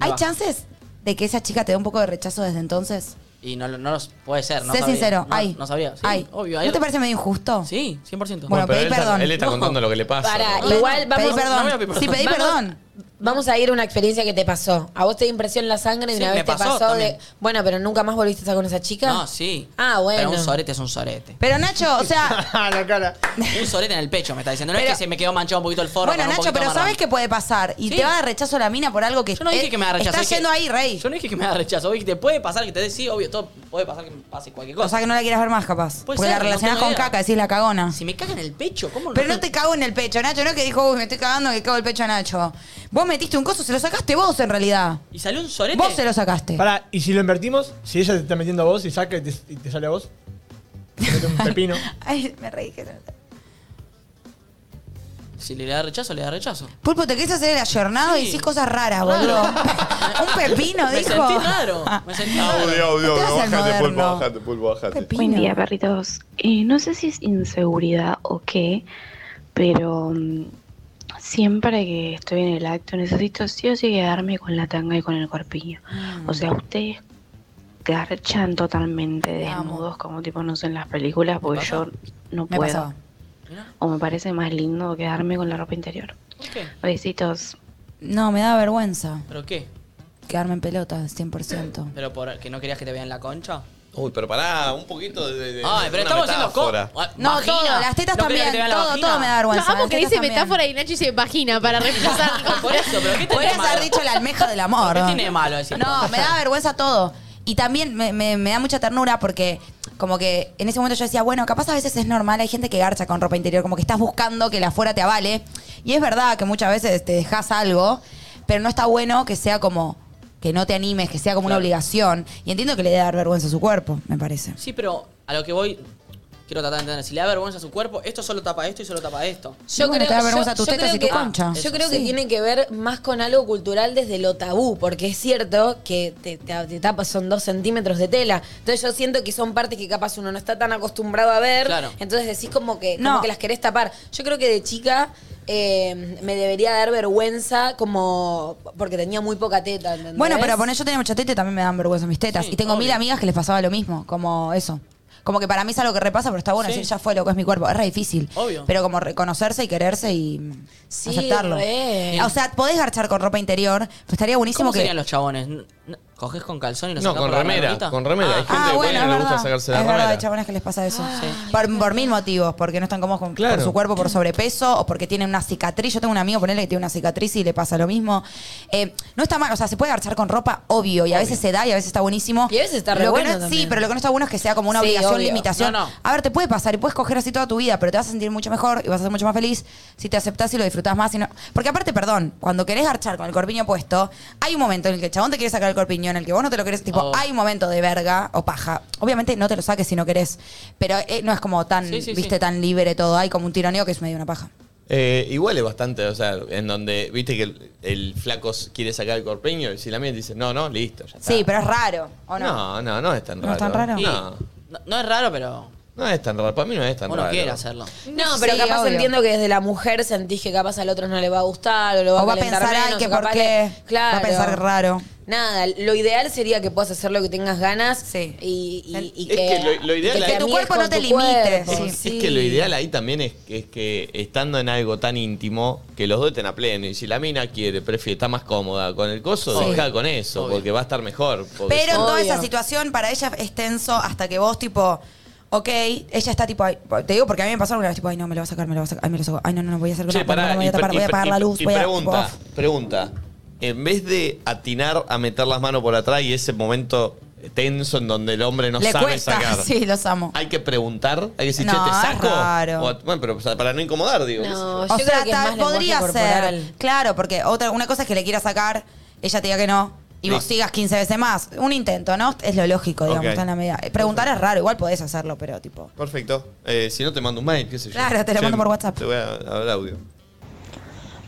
¿Hay va. chances de que esa chica te dé un poco de rechazo desde entonces? Y no, lo- no los puede ser, ¿no? sé sabría. sincero, No, hay. No sabría. Sí, hay. obvio. ¿No te parece medio injusto? Sí, 100%. pero Bueno, pedí él está- perdón. él está *laughs* contando lo que le pasa. Para, Bueno, igual vamos pedí perdón. no voy a pedir Sí, pedí Vamos- perdón. Vamos a ir a una experiencia que te pasó. A vos te dio impresión la sangre y Sí, una me vez te pasó pasó de. también. Bueno, pero nunca más volviste a estar con esa chica. No, sí. Ah, bueno. Pero un sorete es un sorete. Pero Nacho, o sea, *laughs* la cara. Un sorete en el pecho, me está diciendo. No Pero- es que se me quedó manchado un poquito el forro. bueno, con un Nacho, poquito pero de sabes marrón. que puede pasar. Y Sí. te va a rechazar la mina por algo que Yo no dije que me da rechazo. Estás dije- Eh, yendo ahí, Rey. Yo no dije que me da rechazo. Dije, te puede pasar que te des sí, obvio, todo puede pasar que me pase cualquier cosa. O sea que no la quieras ver más, capaz. Puede porque ser, la no relacionás tengo con idea. caca, decís la cagona. Si me caga en el pecho, ¿cómo Pero no te cago en el pecho, Nacho, no que dijo, uy, me estoy cagando que cago el pecho a Nacho. Vos metiste un coso, se lo sacaste vos en realidad. ¿Y salió un sorete? Vos se lo sacaste. Pará, y si lo invertimos, si ella te está metiendo a vos y saca y te, y te sale a vos, te mete *laughs* un pepino. Ay, me reí. que no- Si le da rechazo, le da rechazo. Pulpo, te querés hacer el ayornado y Sí. decís cosas raras, *laughs* boludo. un pepino, me dijo. sentí raro. Me sentí raro. Audio, audio, Te audio. vas al Bájate, pulpo, moderno. bájate, pulpo, bájate. Buen día, perritos. Eh, no sé si es inseguridad o qué, pero mm, siempre que estoy en el acto necesito sí o sí quedarme con la tanga y con el corpiño. Mm. O sea, ustedes garchan totalmente desnudos como tipo no sé en las películas porque yo no Me puedo. pasaba. O me parece más lindo quedarme con la ropa interior. ¿Por qué? Besitos. No, me da vergüenza ¿Pero qué? quedarme en pelota, 100%. ¿Pero por que no querías que te vean la concha? Uy, pero pará, un poquito de. de- de- Ay, Eh, una pero estamos haciendo metáfora. co- Ah. No, vagina. todo, las tetas ¿No también, querías que te vean la todo, vagina? todo me da vergüenza. Yo amo las que tetas dice también. metáfora y Nacho dice vagina *laughs* para reemplazar. Ah, Por eso, pero ¿qué tiene de Podrías malo? haber dicho la almeja del amor. ¿Qué tiene de malo decir No, me da vergüenza todo. Y también me, me- me da mucha ternura porque como que en ese momento yo decía, bueno, capaz a veces es normal, hay gente que garcha con ropa interior, como que estás buscando que la afuera te avale. Y es verdad que muchas veces te dejas algo, pero no está bueno que sea como que no te animes, que sea como una Claro. obligación. Y entiendo que le debe dar vergüenza a su cuerpo, me parece. Sí, pero a lo que voy, quiero tratar de entender. Si le da vergüenza a su cuerpo, esto solo tapa esto y solo tapa esto. Yo Bueno, creo, te da vergüenza yo- tus yo tetas creo y tu que- concha. Yo creo que Sí. tiene que ver más con algo cultural desde lo tabú, porque es cierto que te, te- te tapa, son dos centímetros de tela. Entonces yo siento que son partes que capaz uno no está tan acostumbrado a ver. Claro. Entonces decís como que, No. como que las querés tapar. Yo creo que de chica eh, me debería dar vergüenza como porque tenía muy poca teta. ¿entendés? Bueno, pero poner yo tenía mucha teta y también me dan vergüenza mis tetas. Sí, y tengo mil obvio. amigas que les pasaba lo mismo, como eso. Como que para mí es algo que repasa, pero está bueno Sí. decir ya fue lo que es mi cuerpo. Es re difícil. Obvio. Pero como reconocerse y quererse y mm, Sí, aceptarlo. re. O sea, podés garchar con ropa interior, pero estaría buenísimo ¿Cómo que. serían los chabones? ¿N- n- ¿Cogés con calzón y los No, sacás con por la remera, remerita? con remera. Hay gente Ah, que bueno, bueno, es le verdad. gusta sacarse la es verdad, hay remera. chabones que les pasa Ah, eso. Por, por mil motivos, porque no están cómodos con, Claro. por su cuerpo, por sobrepeso, o porque tienen una cicatriz. Yo tengo un amigo, ponele que tiene una cicatriz y le pasa lo mismo. Eh, no está mal, o sea, se puede garchar con ropa, obvio, y a veces se da y a veces está buenísimo. Y a veces está re Lo que no bueno es- Sí, también. pero lo que no está bueno es que sea como una Sí, obligación, obvio. limitación. No, no. A ver, te puede pasar y puedes coger así toda tu vida, pero te vas a sentir mucho mejor y vas a ser mucho más feliz si te aceptás y lo disfrutás más. y no- Porque aparte, perdón, cuando querés garchar con el corpiño puesto, hay un momento en el que el chabón te quiere sacar el corpiño, en el que vos no te lo querés, tipo, Oh. hay un momento de verga o paja. Obviamente no te lo saques si no querés, pero eh, no es como tan, Sí, sí, viste, sí. tan libre todo. Hay como un tironeo que es medio una paja. Eh, igual es bastante, o sea, en donde viste que el, el flaco quiere sacar el corpeño y si la mía dice, no, no, listo, ya está. Sí, pero es raro, ¿o no? No, no, no es tan ¿No raro. es tan raro? Sí. No, No, no es raro, pero no es tan raro. Para mí no es tan uno raro. quiere hacerlo. No, pero Sí, capaz obvio. entiendo que desde la mujer sentís que capaz al otro no le va a gustar o lo va, O va a calentar pensar, ay, menos, que o por capaz qué. le- Claro. Va a pensar raro. nada, lo ideal sería que puedas hacer lo que tengas ganas y, y- y Es que, que lo- lo ideal te es- Que tu amigues cuerpo con no te tu limite, cuerpo. sí. Es que lo ideal ahí también es, es que estando en algo tan íntimo, que los dos estén a pleno. Y si la mina quiere, prefiere, está más cómoda con el coso, Sí. deja con eso, porque va a estar mejor. porque Pero si en no- toda esa situación, para ella es tenso hasta que vos, tipo, ok, ella está tipo, ay, te digo porque a mí me pasó alguna vez, tipo, ay, no, me lo va a sacar, me lo va a sacar, ay, me lo saco, ay, no, no, no, voy a hacer Che, una pará, no, no, voy a y pre- tapar, voy y a pre- apagar la y- luz, pues, y voy a. pregunta, tipo, off. pregunta. En vez de atinar a meter las manos por atrás y ese momento tenso en donde el hombre no Le sabe cuesta, sacar. *laughs* sí, los amo. Hay que preguntar, hay que decir, No, che, es ¿te saco? raro. O- bueno, pero o sea, para no incomodar, digo. qué sé yo. No, yo O sea, creo que es ta- más podría lenguaje ser. corporal. Claro, porque otra, una cosa es que le quiera sacar, ella te diga que no, y Sí. vos sigas 15 veces más. Un intento, ¿no? Es lo lógico, digamos, Ok. está en la medida. Eh, Preguntar es raro, igual podés hacerlo, pero tipo. Perfecto. Eh, si no, te mando un mail, qué sé yo. Claro, te lo Che, mando por WhatsApp. Te voy a dar audio.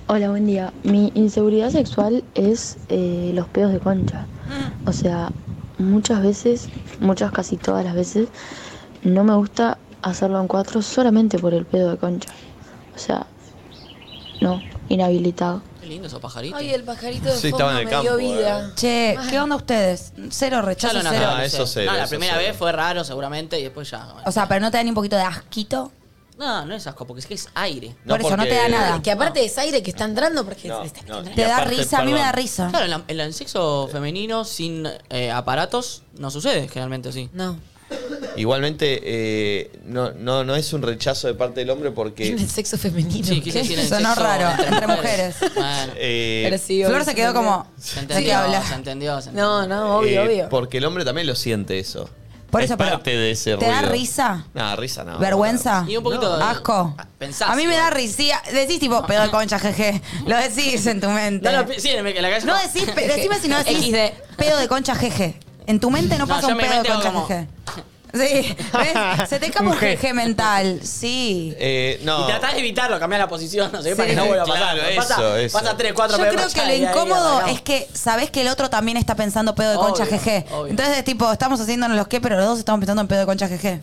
Hola, buen día. Mi inseguridad sexual es eh, los pedos de concha. O sea, muchas veces, muchas casi todas las veces, no me gusta hacerlo en cuatro solamente por el pedo de concha. O sea, no, inhabilitado. Qué lindo esos pajaritos. Ay, el pajarito de Sí, fondo estaba en me el dio campo, vida. Che, ¿qué onda ustedes? Cero Ya rechazo, lo cero. naturalicé. Ah, eso cero, No, la eso primera cero. vez fue raro seguramente y después ya. bueno. O sea, pero no te dan ni un poquito de asquito. No, no es asco, porque es que es aire. No, Por eso, no te da porque- nada. Que aparte es aire que está entrando porque No, está- no, Te y da aparte, risa, a mí me da perdón, risa. Claro, en, la- en la- en sexo femenino sin eh, aparatos no sucede generalmente así. No. Igualmente, eh, no, no, no es un rechazo de parte del hombre porque *laughs* En el sexo femenino. Sí, ¿qué? quise decir en el Sonó sexo raro, entre mujeres. Bueno, Eh, Pero sí, Flor obvio, se quedó entendió. como. se ¿De qué entendió, habla? se entendió, se entendió. No, no, obvio, eh, obvio. Porque el hombre también lo siente eso. Por eso, es pero, parte de ese ¿te da ruido. risa? No, risa no. ¿Vergüenza? Y un poquito de- ¿Asco? Pensás a mí me da igual. risa. Decís tipo, pedo de concha, jeje. Lo decís en tu mente. No, no, sí, en la calle. No decís, *laughs* pe- decime si no decís pedo de concha jeje. En tu mente no No, pasa yo un me pedo de meto concha como- jeje. Sí, ¿ves? Se te escapa un jeje mental. Sí. Eh, no. Y tratás de evitarlo, cambiar la posición, no sé, para Sí. que no vuelva a pasar. Claro, Pasa- eso, eso. Pasa tres, cuatro Yo creo que lo incómodo es que sabés que el otro también está pensando pedo de concha Obvio, jeje. obvio. Entonces es tipo, estamos haciéndonos los qué, pero los dos estamos pensando en pedo de concha jeje.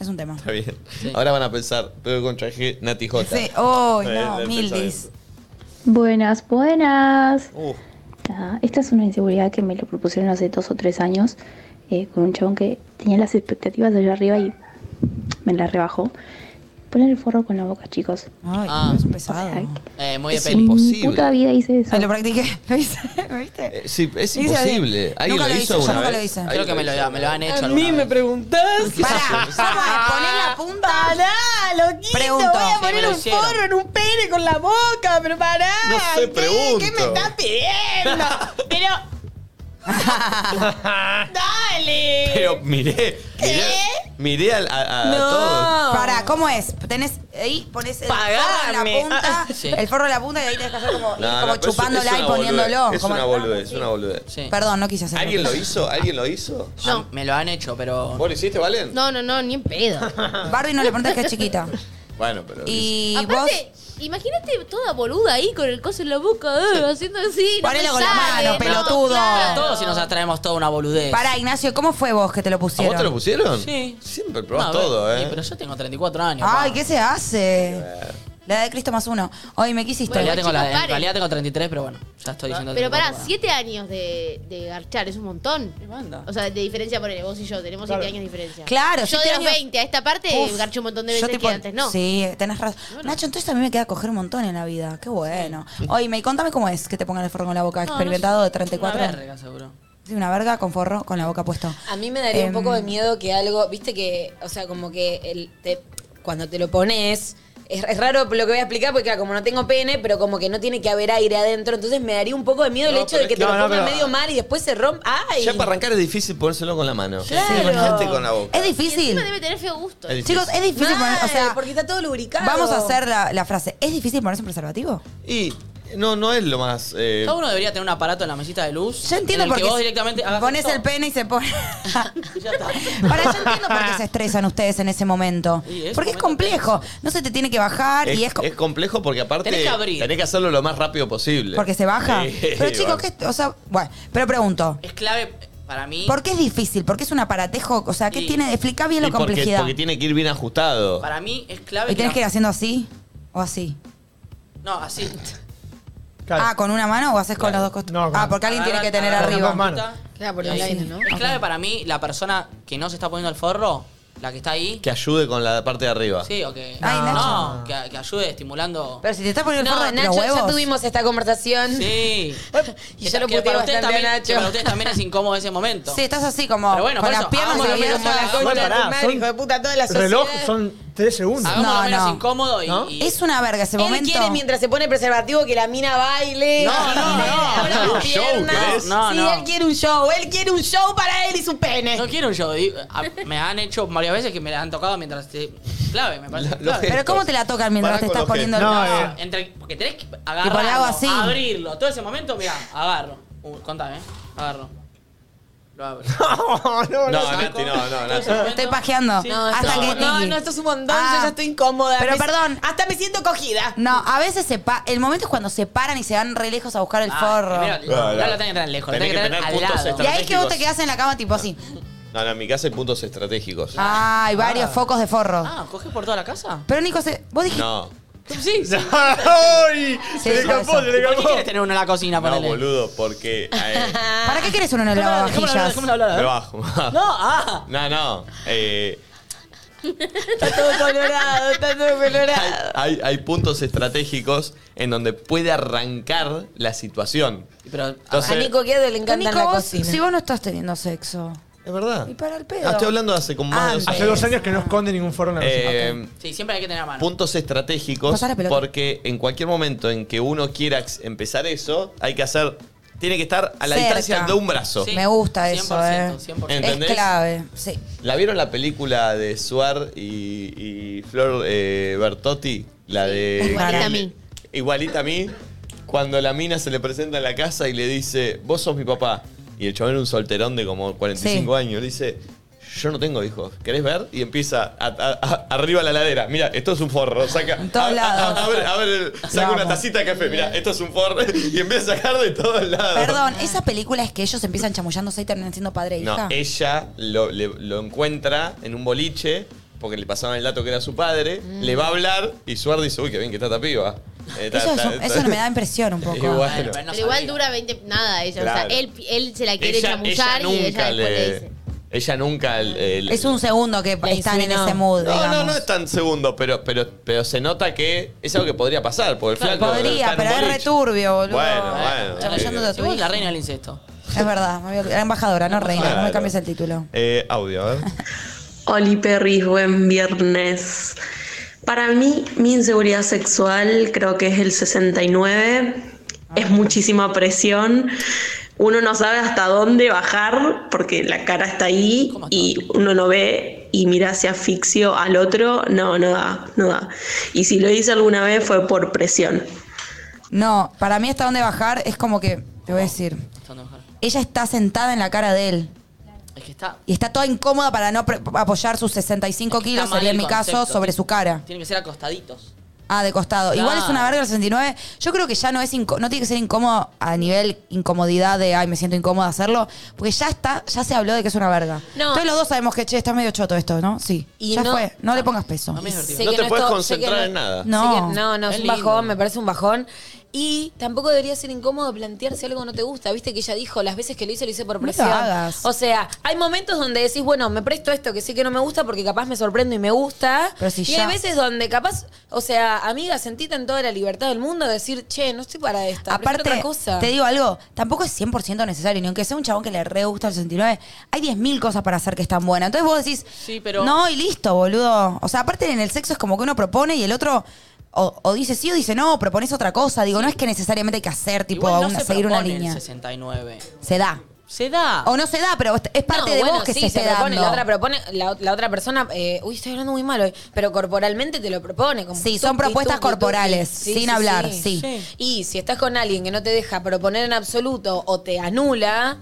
Es un tema. Está bien. Ahora van a pensar, pero con traje Nati J. Sí, uy, Eh, no, el mildis. pensamiento. Buenas, buenas. Uh, Nada, esta es una inseguridad que me lo propusieron hace dos o tres años eh, con un chabón que tenía las expectativas allá arriba y me la rebajó. Poner el forro con la boca, chicos. Ay, Ah. es un pesado. Eh, muy de Es peli. imposible. puta vida hice eso. Ay, lo practiqué. Lo hice, ¿lo viste? eh, sí, es Hice así. imposible. ¿Alguien Nunca lo lo hizo hice, yo una nunca vez? lo hice. ¿Alguien Creo que me lo, me lo han hecho. A alguna mí me vez. preguntás. Pará, vamos a poner la punta. loquito, Pregunto. voy a Sí, me poner lo un hicieron. forro en un pene con la boca, pero pará. No sé, ¿qué? pregunto. ¿Qué me estás pidiendo? Pero, dale. Pero miré, miré, miré al- a, a No. todos. Pará, ¿cómo es? Tenés ahí, pones el forro Pagame. en la punta, Sí. el forro en la punta y ahí tenés que hacer como, ir No, no, como pero es- es chupándola y una poniéndolo. boludez, Es como- una boludez, es una boludez. Sí. Perdón, no quise hacerlo. ¿Alguien lo hizo? ¿Alguien lo hizo? Ah, Me lo han hecho, pero. ¿Vos lo hiciste, Valen? No, no, no, ni en pedo. Barbie no le preguntes que es chiquita. Bueno, pero. Y Aparte, imagínate toda boluda ahí con el coso en la boca, eh, haciendo así. no Ponelo me con la Ah, sale, mano, pelotudo. claro. Todos si nos atraemos toda una boludez. vos. Pará, Ignacio, ¿cómo fue vos que te lo ¿A pusieron? vos te lo pusieron? Sí. Siempre No, probás a ver, todo, sí, ¿eh? pero yo tengo 34 años. Ay, pa. ¿qué se hace? La edad de Cristo más uno. Hoy me quisiste. En realidad, Bueno, tengo la- chicos, en paren. realidad tengo 33, Ah, pero bueno, ya estoy diciendo Pero 34, pará, bueno. 7 años de, de garchar, es un montón. ¿Qué banda? O sea, de diferencia, ponele, vos y yo, tenemos 7 Claro. años de diferencia. Claro, Yo siete de los años- 20 a esta parte Uf, garché un montón de yo veces tipo- que antes no. Sí, tenés razón. Nacho, entonces a mí me queda coger un montón en la vida. Qué bueno. Oye, me contame cómo es que te pongan el forro con la boca. Experimentado de 34. Una verga, seguro. Sí, una verga con forro con la boca puesto. A mí me daría Em. un poco de miedo que algo, viste que, o sea, como que el- te- cuando te lo pones, es, es raro lo que voy a explicar porque claro, como no tengo pene, pero como que no tiene que haber aire adentro, entonces me daría un poco de miedo el No, hecho pero de es que que- te no, lo no, pongan pero- medio mal y después se rompa. ¡Ay! Ya para arrancar es difícil ponérselo con la mano. Claro. Imagínate con la boca. Es Y difícil. encima debe tener feo gusto. Es difícil. Chicos, es difícil Mal, poner. O sea, porque está todo lubricado. vamos a hacer la, la frase. ¿Es difícil ponerse un preservativo? Y no, no es lo más. eh, Cada uno debería tener un aparato en la mesita de luz. Yo entiendo en el por que qué vos directamente hagas pones esto. el pene y se pone. Ya está. Para, yo entiendo por *laughs* qué se estresan ustedes en ese momento. Y es porque es momento complejo. No se te tiene que bajar es, y es. co- es complejo porque aparte Tenés que abrir. tenés que hacerlo lo más rápido posible. porque se baja. Sí, *laughs* pero chicos, bueno. ¿qué- o sea, bueno, pero pregunto. Es clave para mí. ¿Por qué es difícil? ¿Por qué es un aparatejo? O sea, ¿qué Y- tiene? Explica bien Y la porque, complejidad. porque tiene que ir bien ajustado. Para mí es clave. ¿Y tenés la- que ir haciendo así? ¿O así? No, así. Ah, ¿con una mano o haces con los dos costados? ah, porque alguien tiene que tener arriba. Claro, por Ahí. el aire, ¿no? Es clave para mí la persona que no se está poniendo el forro, la que está ahí. Que ayude con la parte de arriba. Sí, o que. Ay, Nacho. no, que, que ayude estimulando. Pero si te estás poniendo el forro, No, los Nacho, ya huevos. tuvimos esta conversación. Sí. *laughs* y yo lo que puteo para ustedes bastante también, a que Nacho. para ustedes también es incómodo ese momento. Sí, estás así como Pero bueno, con por las eso, piernas hagámoslo menos abiertas. a la concha de tu pará, madre, son- hijo de puta, toda la reloj sociedad. son 3 segundos. Hagámoslo No, menos no. incómodo y, ¿No? y- Es una verga ese Él momento. quiere mientras se pone preservativo que la mina baile. *laughs* No, no, no. abra las Un show, piernas. ¿querés? No, sí, no. él quiere un show. Él quiere un show para él y su pene. No quiero un show. digo, a- Me han hecho varias veces que me la han tocado mientras te. Clave, me parece. La- *laughs* clave. lo que- Pero ¿cómo te la tocan mientras Pará te con estás los poniendo el gestos. forro? No, eh. Ah, Entre, porque tenés que Tipo, le hago agarrarlo, así. abrirlo. Todo ese momento, mira, agarro. Uh, contame, eh. Agarro. Lo abro. *laughs* No, no, no. No, Nati, no, no, Todo Nati. ese *laughs* momento. Estoy pajeando. No, hasta esto, que no, tiki. no, esto es un montón. Ah. Yo ya estoy incómoda. Pero Me- perdón. Hasta me siento cogida. No, a veces se pa- el momento es cuando se paran y se van re lejos a buscar el Ah, forro. primero, Claro. No lo tenés tan lejos, lo Tenés tenés que que tener tener al puntos lado. Y ahí es que vos estratégicos. te quedás en la cama tipo así. No, no, en mi casa hay puntos estratégicos. Ah, hay varios focos de forro. Ah, ¿coges por toda la casa? Pero Nico, se- *laughs* vos dijiste... No, Sí, sí. *laughs* ¡Ay! Se le Sí, por escapó, eso. se le ¿Por qué escapó. quieres tener uno en la cocina, no, ponele? boludo, porque. eh, ¿Para qué querés uno en el Dejémosla- dejémosla- lavavajillas? dejémosla hablar, a me ver. bajo. No, ah. No, no. eh, Está todo colorado, está todo colorado. hay, hay puntos estratégicos en donde puede arrancar la situación. Pero, A Entonces, Nico Guedo le Pero encanta Nico, la vos, cocina. si vos no estás teniendo sexo. es verdad. Y para el pedo. Ah, estoy hablando de hace como más de dos Antes. Hace años. dos años que no esconde ningún forro en la cocina. Eh, *laughs* sí, siempre hay que tener a mano. puntos estratégicos Pasá la pelota. porque en cualquier momento en que uno quiera ex- empezar eso, hay que hacer, tiene que estar a la Cerca. distancia de un brazo. Sí. Me gusta eso, 100%, eh. 100%. ¿Entendés? Es clave, sí. ¿La vieron la película de Suar y, y Flor eh, Bertotti? La de... Igualita a mí. Igualita a mí. Cuando la mina se le presenta en la casa y le dice, vos sos mi papá. Y el chabón era un solterón de como 45 años. Le dice, yo no tengo hijos. ¿Querés ver? Y empieza a- a- a- arriba la ladera. Mira, esto es un forro. Saca, todos a- a- lados. a- abre- abre el- saca Vamos. una tacita de café. Mira, esto es un forro. *laughs* Y empieza a sacar de todos lados. Perdón, esa película es que ellos empiezan chamullándose y terminan siendo padre e No, hija. ella lo, le- lo encuentra en un boliche porque le pasaban el dato que era su padre, le va a hablar y Suar dice, uy, qué bien que está esta piba. Eh, ta, Mm. Eso, ta, es- ta. eso me da impresión un *laughs* poco. Igual. Bueno, Bueno. no Pero igual sabía. dura 20. Nada, ella. O Claro. sea, él, él se la quiere chamullar y ella después le... dice. ella nunca le- le- Es un segundo que Le están en suena. ese mood, No, digamos. no, no es tan segundo, pero, pero, pero se nota que es algo que podría pasar, porque el flaco está Podría, en un pero es boliche. returbio, *laughs* boludo. Bueno, bueno. eh, Chamullándote a Si tu vos la hija. reina del incesto. Es verdad, me voy a- era embajadora, no reina, no me Claro. cambies el título. Eh, audio, a ver. Oli Perris, buen viernes. Para mí, mi inseguridad sexual creo que es el 69. Ah. Es muchísima presión. Uno no sabe hasta dónde bajar porque la cara está ahí ¿Cómo está? y uno no ve y mira hacia asfixio al otro. No, no da, no da. Y si lo hice alguna vez fue por presión. No, para mí hasta dónde bajar es como que, te voy a decir, Está donde bajar. ella está sentada en la cara de él Es que está. y está toda incómoda para no pre- apoyar sus 65 está kilos, mal sería en el mi caso, concepto. sobre su cara. Tiene que ser acostaditos. Ah, de costado. Igual es Claro. una verga el 69. Yo creo que ya no es inco- no tiene que ser incómodo a nivel incomodidad de ay, me siento incómoda hacerlo, porque ya está, ya se habló de que es una verga. No. Entonces los dos sabemos que che, está medio choto esto, ¿no? Sí. Y ya no- fue, no le pongas peso. No me divertido. Sé No que te puedes esto- concentrar sé que en nada. No. Sé que- no, no, es Es un lindo. bajón, me parece un bajón. Y tampoco debería ser incómodo plantearse algo que no te gusta. Viste que ella dijo, las veces que lo hice, lo hice por No lo presión. hagas. O sea, hay momentos donde decís, bueno, me presto esto que sé que no me gusta porque capaz me sorprendo y me gusta. Pero si y ya- hay veces donde capaz, o sea, amiga, sentita en toda la libertad del mundo de decir, che, no estoy para esta. prefiero Aparte, otra cosa. te digo algo, tampoco es 100% necesario, ni aunque sea un chabón que le re gusta el 69, hay 10.000 cosas para hacer que están buenas. Entonces vos decís, Sí, pero- no, y listo, boludo. O sea, aparte en el sexo es como que uno propone y el otro o, o dice sí o dice no, o propones otra cosa. Digo, no es que necesariamente hay que hacer, tipo, Igual no una- se seguir una propone el línea. 69. Se da. Se da. O no se da, pero es parte Ah. No, de bueno, vos que sí, se, esté propone, dando. La otra propone, la, la otra persona, eh, uy, estoy hablando muy mal hoy, pero corporalmente te lo propone. Como Sí, son propuestas corporales, sin hablar, sí. Sí. Y si estás con alguien que no te deja proponer en absoluto o te anula,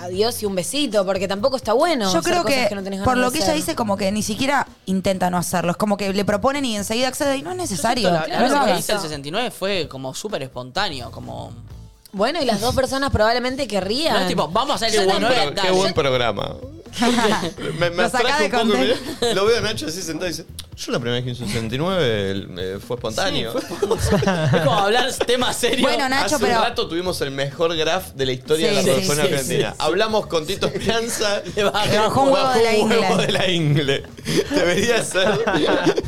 adiós y un besito, porque tampoco está bueno. Yo hacer creo cosas que, no tenés ganas por de lo que ella hacer. dice, como que ni siquiera intenta no hacerlo. Es como que le proponen y enseguida accede y no es necesario. La, no lo vez que hagas. hice el 69 fue como súper espontáneo. Como. Bueno, y las dos personas probablemente querrían. No es tipo, vamos a hacer el Qué buen, 69. pro- dale. qué buen programa. me me Lo sacá *laughs* abstraje de un poco. y contexto. *laughs* mirá, Lo veo a Nacho así sentado y dice, Yo la primera vez que hice un 69 el- eh, fue espontáneo. Sí, *laughs* Es como hablar temas serios. Bueno, Nacho, Hace pero- un rato tuvimos el mejor graph de la historia Sí, de la sí, producción sí, argentina. sí, sí. Hablamos con Tito Esperanza. *laughs* Le bajó un huevo de la un huevo Ingle. de la Ingle. Debería *laughs* ser,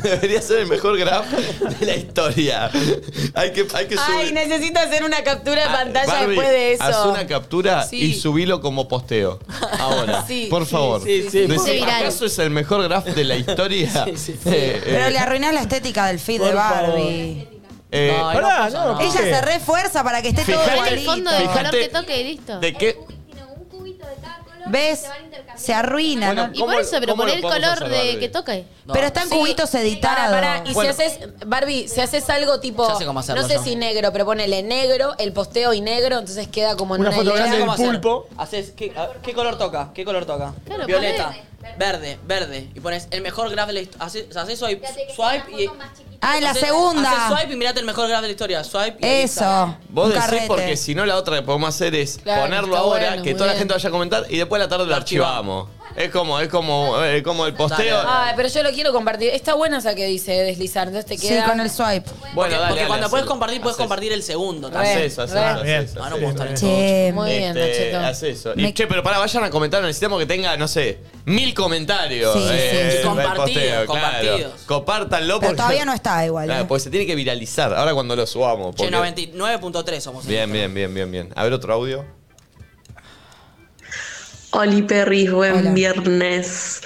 debería ser el mejor graph de la historia. Hay que, hay que Ay, subir. necesito hacer una captura de pantalla Ah, Barbie, después de eso. Haz una captura Sí. y subilo como posteo. Ahora. Sí, por sí, favor. sí, sí. Decí, Ponte viral. ¿Acaso es el mejor graph de la historia? Eh, Pero eh, le arruinás la estética del feed Por de Barbie. eh, No, pará, no, no, no. Ella se refuerza para que esté todo Fíjate- Pon el igualito. fondo del color Fíjate que toque y listo. ¿De qué? ¿Ves? Se arruina. Bueno, ¿no? Y por eso, pero cómo lo poner el podemos color hacer, de Barbie? que toque. Pero están cubitos editados. Pará, pará, Y Bueno. si haces, Barbie, si haces algo tipo, Ya sé cómo hacerlo no sé yo. si negro, pero ponele negro, el posteo y negro, entonces queda como en Una una, foto hilera. grande del ¿Cómo hacer? pulpo. Haces, ¿qué, a- qué color toca? ¿Qué color toca? Claro, Violeta. Verde, verde. Y pones el mejor graph de la historia. Haces, haces swipe, swipe y. Ah, en la haces- segunda. Haces swipe y mirate el mejor graph de la historia. Swipe y. ahí Eso. está. Vos un decís carrete. porque si no la otra que podemos hacer es Claro, ponerlo está ahora, bueno, que muy toda la bien. gente vaya a comentar y después a la tarde lo archivamos. Es como, es como, eh, como el posteo. Dale, Ay, pero yo lo quiero compartir. Está buena esa que dice deslizar, entonces te Sí, queda. con el swipe. Bueno, dale, Porque dale, cuando puedes hacelo. compartir, puedes Hacés. compartir el segundo también. Hacés, hacés, re. hacés, Bien. hacés, Ah, no hacés. puedo estar en Che, Muy bien, Este, Nachito. haz eso. Y, Me- che, pero para vayan a comentar, necesitamos que tenga, no sé, mil comentarios. eh, Sí, sí, sí. el Compartidos, posteo, claro. compartidos. Compártanlo Pero porque. todavía no está igual. Claro, ¿eh? porque se tiene que viralizar. Ahora cuando lo subamos. Che, porque- 99.3 somos. ¿eh? Bien, bien, bien, bien, bien. A ver otro audio. Oli Perris, buen Hola. viernes.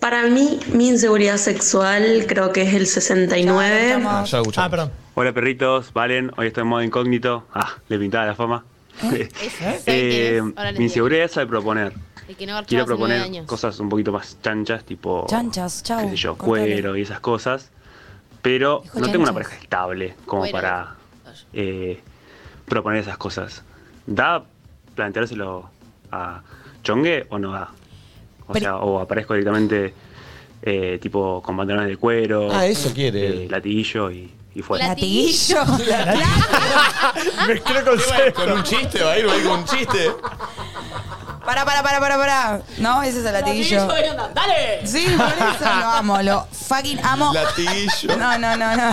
Para mí, mi inseguridad sexual creo que es el 69. Ah, ya lo escuchamos. Ah, perdón. Hola perritos, Valen, hoy estoy en modo incógnito. Ah, le pintaba la fama. ¿Sabes Eh, quién es? Ahora mi les digo. inseguridad es al proponer. El que Quiero no garchaba hace nueve proponer años. cosas un poquito más chanchas, tipo. Chanchas, chau, qué sé yo, contale. cuero y esas cosas. Pero Dijo no tengo chanchas. una pareja estable como Cuero. para eh, proponer esas cosas. ¿Da planteárselo a Chongue o no da? O Pero- sea, o aparezco directamente eh, tipo con pantalones de cuero, Ah, eso quiere. eh, latillo y, y fue. *laughs* Latiguillo. Mezclé conceptos. Con un chiste, va a ir, va a ir con un chiste. Pará, pará, pará, pará, pará. No, ese es el latiguillo. ¡Dale! Sí, por eso lo amo, lo fucking amo. Latiguillo. No, no, no, no.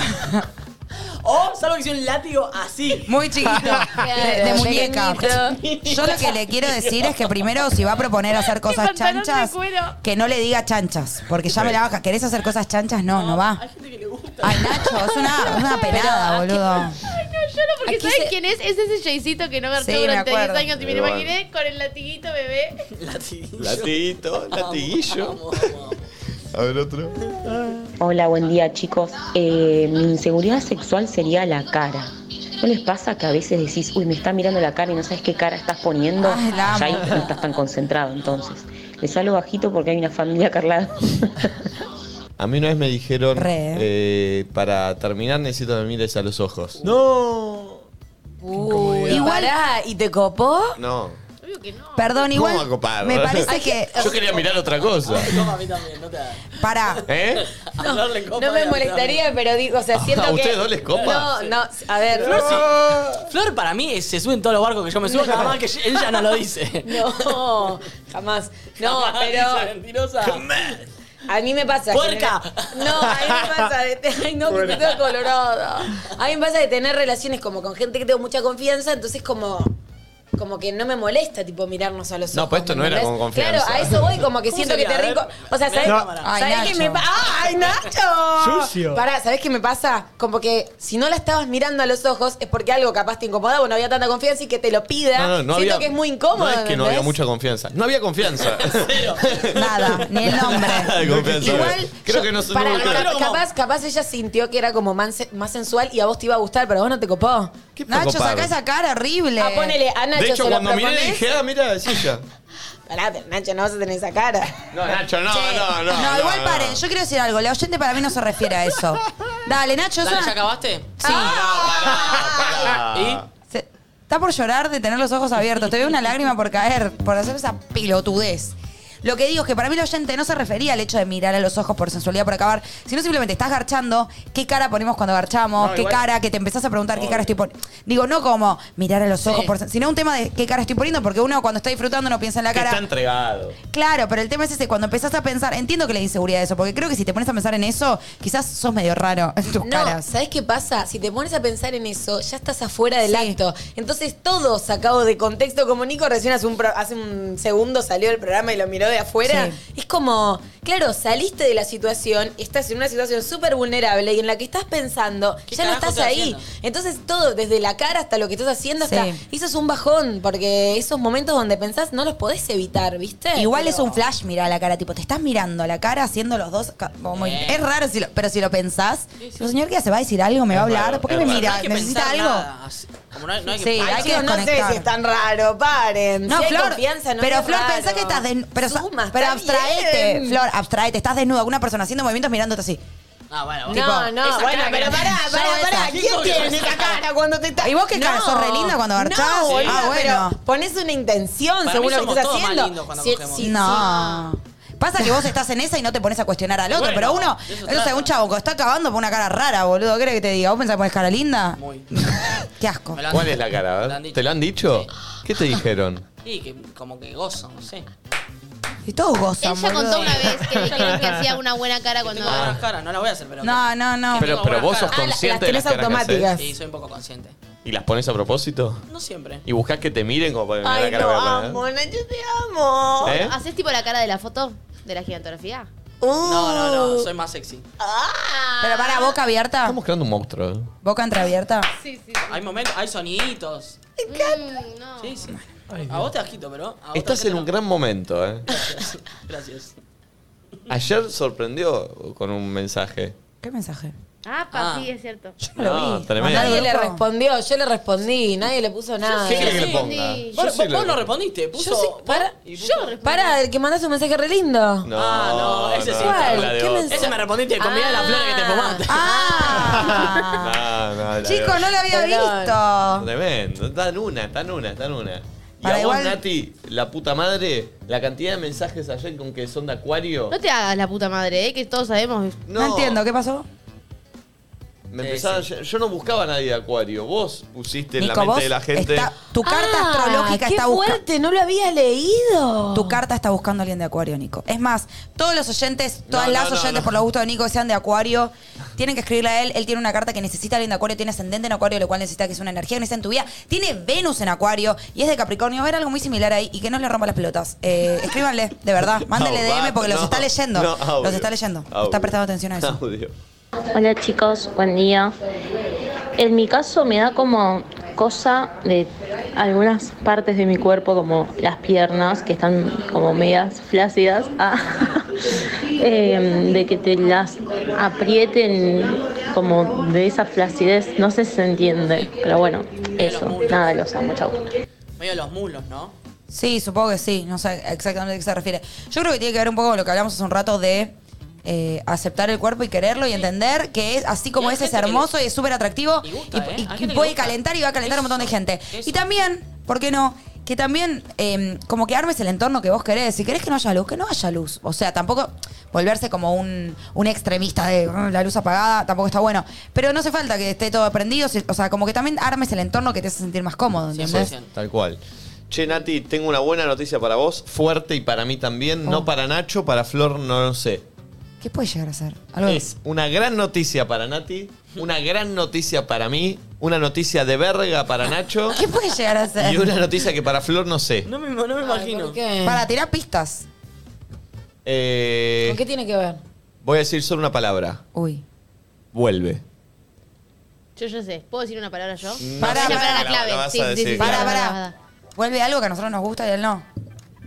O salvo que sea un látigo así. Muy *laughs* chiquito. De, de muñeca. pequeñito. Yo lo que le quiero decir es que primero, si va a proponer *laughs* hacer cosas pantalón de chanchas, cuero. que no le diga chanchas. Porque ya me la baja. ¿Querés hacer cosas chanchas? No, no va. gente que le gusta. Ay, Nacho, es una, es una penada, boludo. Ay, no, yo no, porque Aquí ¿sabes se- quién es? Es ese Jaycito que no garchó Sí, me durante 10 acuerdo. años y me Pero lo bueno. imaginé con el latiguito bebé. Látigo. Latito, latiguillo. A ver otro. Hola, buen día chicos. Eh, mi inseguridad sexual sería la cara. ¿No les pasa que a veces decís, uy, me está mirando la cara y no sabes qué cara estás poniendo? Ay, la amo. Ya ahí no estás tan concentrado entonces. Les hablo bajito porque hay una familia acá al lado. A mí una vez me dijeron, Re. eh, para terminar necesito que me mires a los ojos. No. Uy, y pará, ¿y te copó? No. Obvio que no. Perdón, ¿Cómo igual. va a copar? Me parece que. *laughs* Yo quería mirar otra cosa. Toma a mí también, no te hagas. Pará. ¿Eh? Hablarle en copa No me era- molestaría, pero digo, o sea, siento ¿A que. ustedes dos les copa? No, no, a ver. Flor para mí es- se sube en todos los barcos que yo me subo, nada más que ella no lo dice. *laughs* No, jamás. No, Jamás, esa pero mentirosa. a mí me pasa. Puerca. que- No, a mí me pasa. De te- Ay, no, que me tengo colorado. A mí me pasa de tener relaciones como con gente que tengo mucha confianza, entonces como. Como que no me molesta, tipo, mirarnos a los ojos. No, pues esto ¿me no era entendés? con confianza. Claro, a eso voy, como que ¿Cómo siento que te sería? A ver, rinco. O sea, mira ¿sabes, la cámara. Ay, ¿sabés qué Nacho. me pasa? ¡Ay, Nacho! Sucio. Pará, ¿sabés qué me pasa? Como que si no la estabas mirando a los ojos es porque algo capaz te incomodaba o no había tanta confianza y que te lo pida. No, no, no siento había- que es muy incómodo. No es que no había ¿entendés? mucha confianza. No había *laughs* confianza. Cero. Nada, *laughs* ni el *laughs* nombre. Nada de confianza. Igual, Creo yo- que no se pará, no me pará, queda. capaz, capaz ella sintió que era como más, más sensual y a vos te iba a gustar, pero a vos no te copó. ¿Qué te Nacho, coparon? saca esa cara horrible. Ah, ponele a Nacho De hecho, se lo cuando miré proponés. dije, ah, mira, es ella. Pará, pero Nacho, no vas a tener esa cara. No, Nacho, no, Che, no, no. igual no. paren. Yo quiero decir algo. La oyente para mí no se refiere a eso. Dale, Nacho, es Dale, una- ¿ya acabaste? Sí. Ah. Se- Está por llorar de tener los ojos abiertos. Te veo una lágrima por caer, por hacer esa pelotudez. Lo que digo es que para mí el oyente no se refería al hecho de mirar a los ojos por sensualidad, por acabar, sino simplemente estás garchando, qué cara ponemos cuando garchamos, No, qué igual- cara, que te empezás a preguntar qué cara estoy poniendo. Digo, no como mirar a los ojos, por sen- sino un tema de qué cara estoy poniendo, porque uno cuando está disfrutando no piensa en la cara. Está entregado. Claro, pero el tema es ese, cuando empezás a pensar, entiendo que la inseguridad de eso, porque creo que si te pones a pensar en eso, quizás sos medio raro en tus No, caras. ¿sabes qué pasa? Si te pones a pensar en eso, ya estás afuera del acto. Entonces todo sacado de contexto, como Nico recién hace un, pro- hace un segundo salió del programa y lo miró de afuera, es como, claro, saliste de la situación, estás en una situación súper vulnerable y en la que estás pensando, ya no carajo estás estoy ahí. haciendo? Entonces todo, desde la cara hasta lo que estás haciendo, hasta, Sí. y eso es un bajón, porque esos momentos donde pensás no los podés evitar, ¿viste? Igual Pero- es un flash mirar a la cara, tipo, te estás mirando a la cara haciendo los dos. ca- como- Eh. Es raro, si lo- pero si lo pensás, el señor que hace? ¿Va a decir algo? ¿Me va a Es hablar? raro, ¿Por qué es me raro. mira? No hay que ¿Necesita pensar algo? nada, así- como no hay- no hay que- Sí, hay Ay, que chicos, no sé desconectar. si es tan raro, paren. No, Si hay Flor, confianza, no pero es Flor, raro. pensá que estás desnuda. Pero, sa- Suma, pero está abstraete, bien. Flor, abstraete. Estás desnuda, una persona haciendo movimientos mirándote así. No, Ah, bueno, No, Tipo, no, esa bueno, cara que- pero pará, Yo pará, esa. pará. ¿Quién tiene esa cara cuando te está...? ¿Y vos qué cara? No. ¿Sos re linda cuando garchás? No, boluda, Ah, bueno. pero ponés una intención Para según mí lo que somos estás todos más haciendo. lindos cuando Sí, cogemos. sí, No. Pasa que vos estás en esa y no te pones a cuestionar al otro, Bueno, pero uno, de eso no sé, trata. un chavo que está acabando por una cara rara, boludo, ¿qué ¿querés que te diga? ¿Vos pensás que pones cara linda? Muy. *laughs* Qué asco. ¿Cuál es la cara? A ver, ¿Te lo han dicho? ¿Qué te dijeron? Sí, que como que gozo, no sé. Y todos gozan, Ella boludo. contó una vez que dijeron que hacía una buena cara cuando. Ah. Tengo buenas caras, no las voy a hacer, pero. No, no, no. Ah, Pero- pero vos sos consciente de las caras que haces. Sí, soy un poco consciente. ¿Y las pones a propósito? No siempre. ¿Y buscas que te miren como para mirar la Ay, cara lo que voy a poner? Nacho, te amo. ¿Eh? ¿Haces tipo la cara de la foto? ¿De la gigantografía? No, no, no, soy más sexy. Uh. Pero para boca abierta, Estamos creando un monstruo. ¿eh? boca entreabierta. Hay momentos, hay soniditos. Mm, Sí, sí. a vos te ajito, pero. a vos te Estás en un gran momento, *laughs* ¿eh? Gracias. Gracias. Ayer sorprendió con un mensaje. ¿Qué mensaje? Ah, pa, sí, es cierto. No, Ah, tremendo. Nadie le respondió, yo le respondí, nadie le puso nada. ¿Qué querés que le ponga? Vos, Yo sí vos- le- vos no respondiste, puso. vos y puso- Para, el que mandaste un mensaje re lindo. Ah, No, Ah, no, ese sí. no, la de ¿Qué otro. mensaje? Ese me respondiste con Ah. mirá la flor que te fumaste. *laughs* No, no, la Chicos, de- no lo había visto. Tremendo. Está en una, está en una, está en una. Y Para a vos, igual- Nati, la puta madre, la cantidad de mensajes ayer con que son de acuario. No te hagas la puta madre, ¿eh? que todos sabemos. No. entiendo, ¿qué pasó? Me empezaron, a- Yo no buscaba a nadie de acuario. Vos pusiste en la Nico, mente vos de la gente. está- tu carta Ah, astrológica qué está buscando. fuerte, no lo había leído. Tu carta está buscando a alguien de Acuario, Nico. Es más, todos los oyentes, todas No, las no, no, oyentes no. por los gustos de Nico que sean de Acuario, tienen que escribirle a él. Él tiene una carta que necesita a alguien de Acuario, tiene ascendente en Acuario, lo cual necesita que es una energía que necesita en tu vida. Tiene Venus en Acuario y es de Capricornio. Va a haber algo muy similar ahí y que no le rompa las pelotas. Eh, escríbanle, *laughs* de verdad. Mándenle No, DM porque los no, está leyendo. no, audio. los está leyendo. Audio. Está prestando atención a eso. Hola chicos, buen día. En mi caso me da como cosa de algunas partes de mi cuerpo, como las piernas, que están como medias flácidas, *laughs* ah, eh, de que te las aprieten como de esa flacidez, no sé si se entiende, pero bueno, eso, nada, los amo, chau. Medio los mulos, ¿no? Sí, supongo que sí. No sé exactamente a qué se refiere. Yo creo que tiene que ver un poco con lo que hablamos hace un rato de eh, aceptar el cuerpo y quererlo y entender que es así Y como hay es, es gente que hermoso y es súper atractivo y, ¿eh? Hay y- gente y que le puede gusta. calentar y va a calentar a un montón de gente. Y también, ¿por qué no? Que también, eh, como que armes el entorno que vos querés. Si querés que no haya luz, que no haya luz. O sea, tampoco volverse como un, un extremista de "Mm, la luz apagada, tampoco está bueno. Pero no hace falta que esté todo prendido. si- O sea, como que también armes el entorno que te hace sentir más cómodo, ¿entendés? Tal cual. Che, Nati, tengo una buena noticia para vos, fuerte y para mí también, Oh. no para Nacho, para Flor, no lo sé. ¿Qué puede llegar a ser? Es una gran noticia para Nati, una gran noticia para mí, una noticia de verga *laughs* para Nacho ¿Qué puede llegar a ser? y una noticia que para Flor no sé. No me, no me imagino. Para tirar pistas. Eh, ¿Con qué tiene que ver? voy a decir solo una palabra. Uy. Vuelve. Yo ya sé. ¿Puedo decir una palabra yo? No Para, sé, una palabra la- clave. la vas sí, a sí, decir, sí, claro. sí, Pará, sí, pará. Vuelve algo que a nosotros nos gusta y a él no.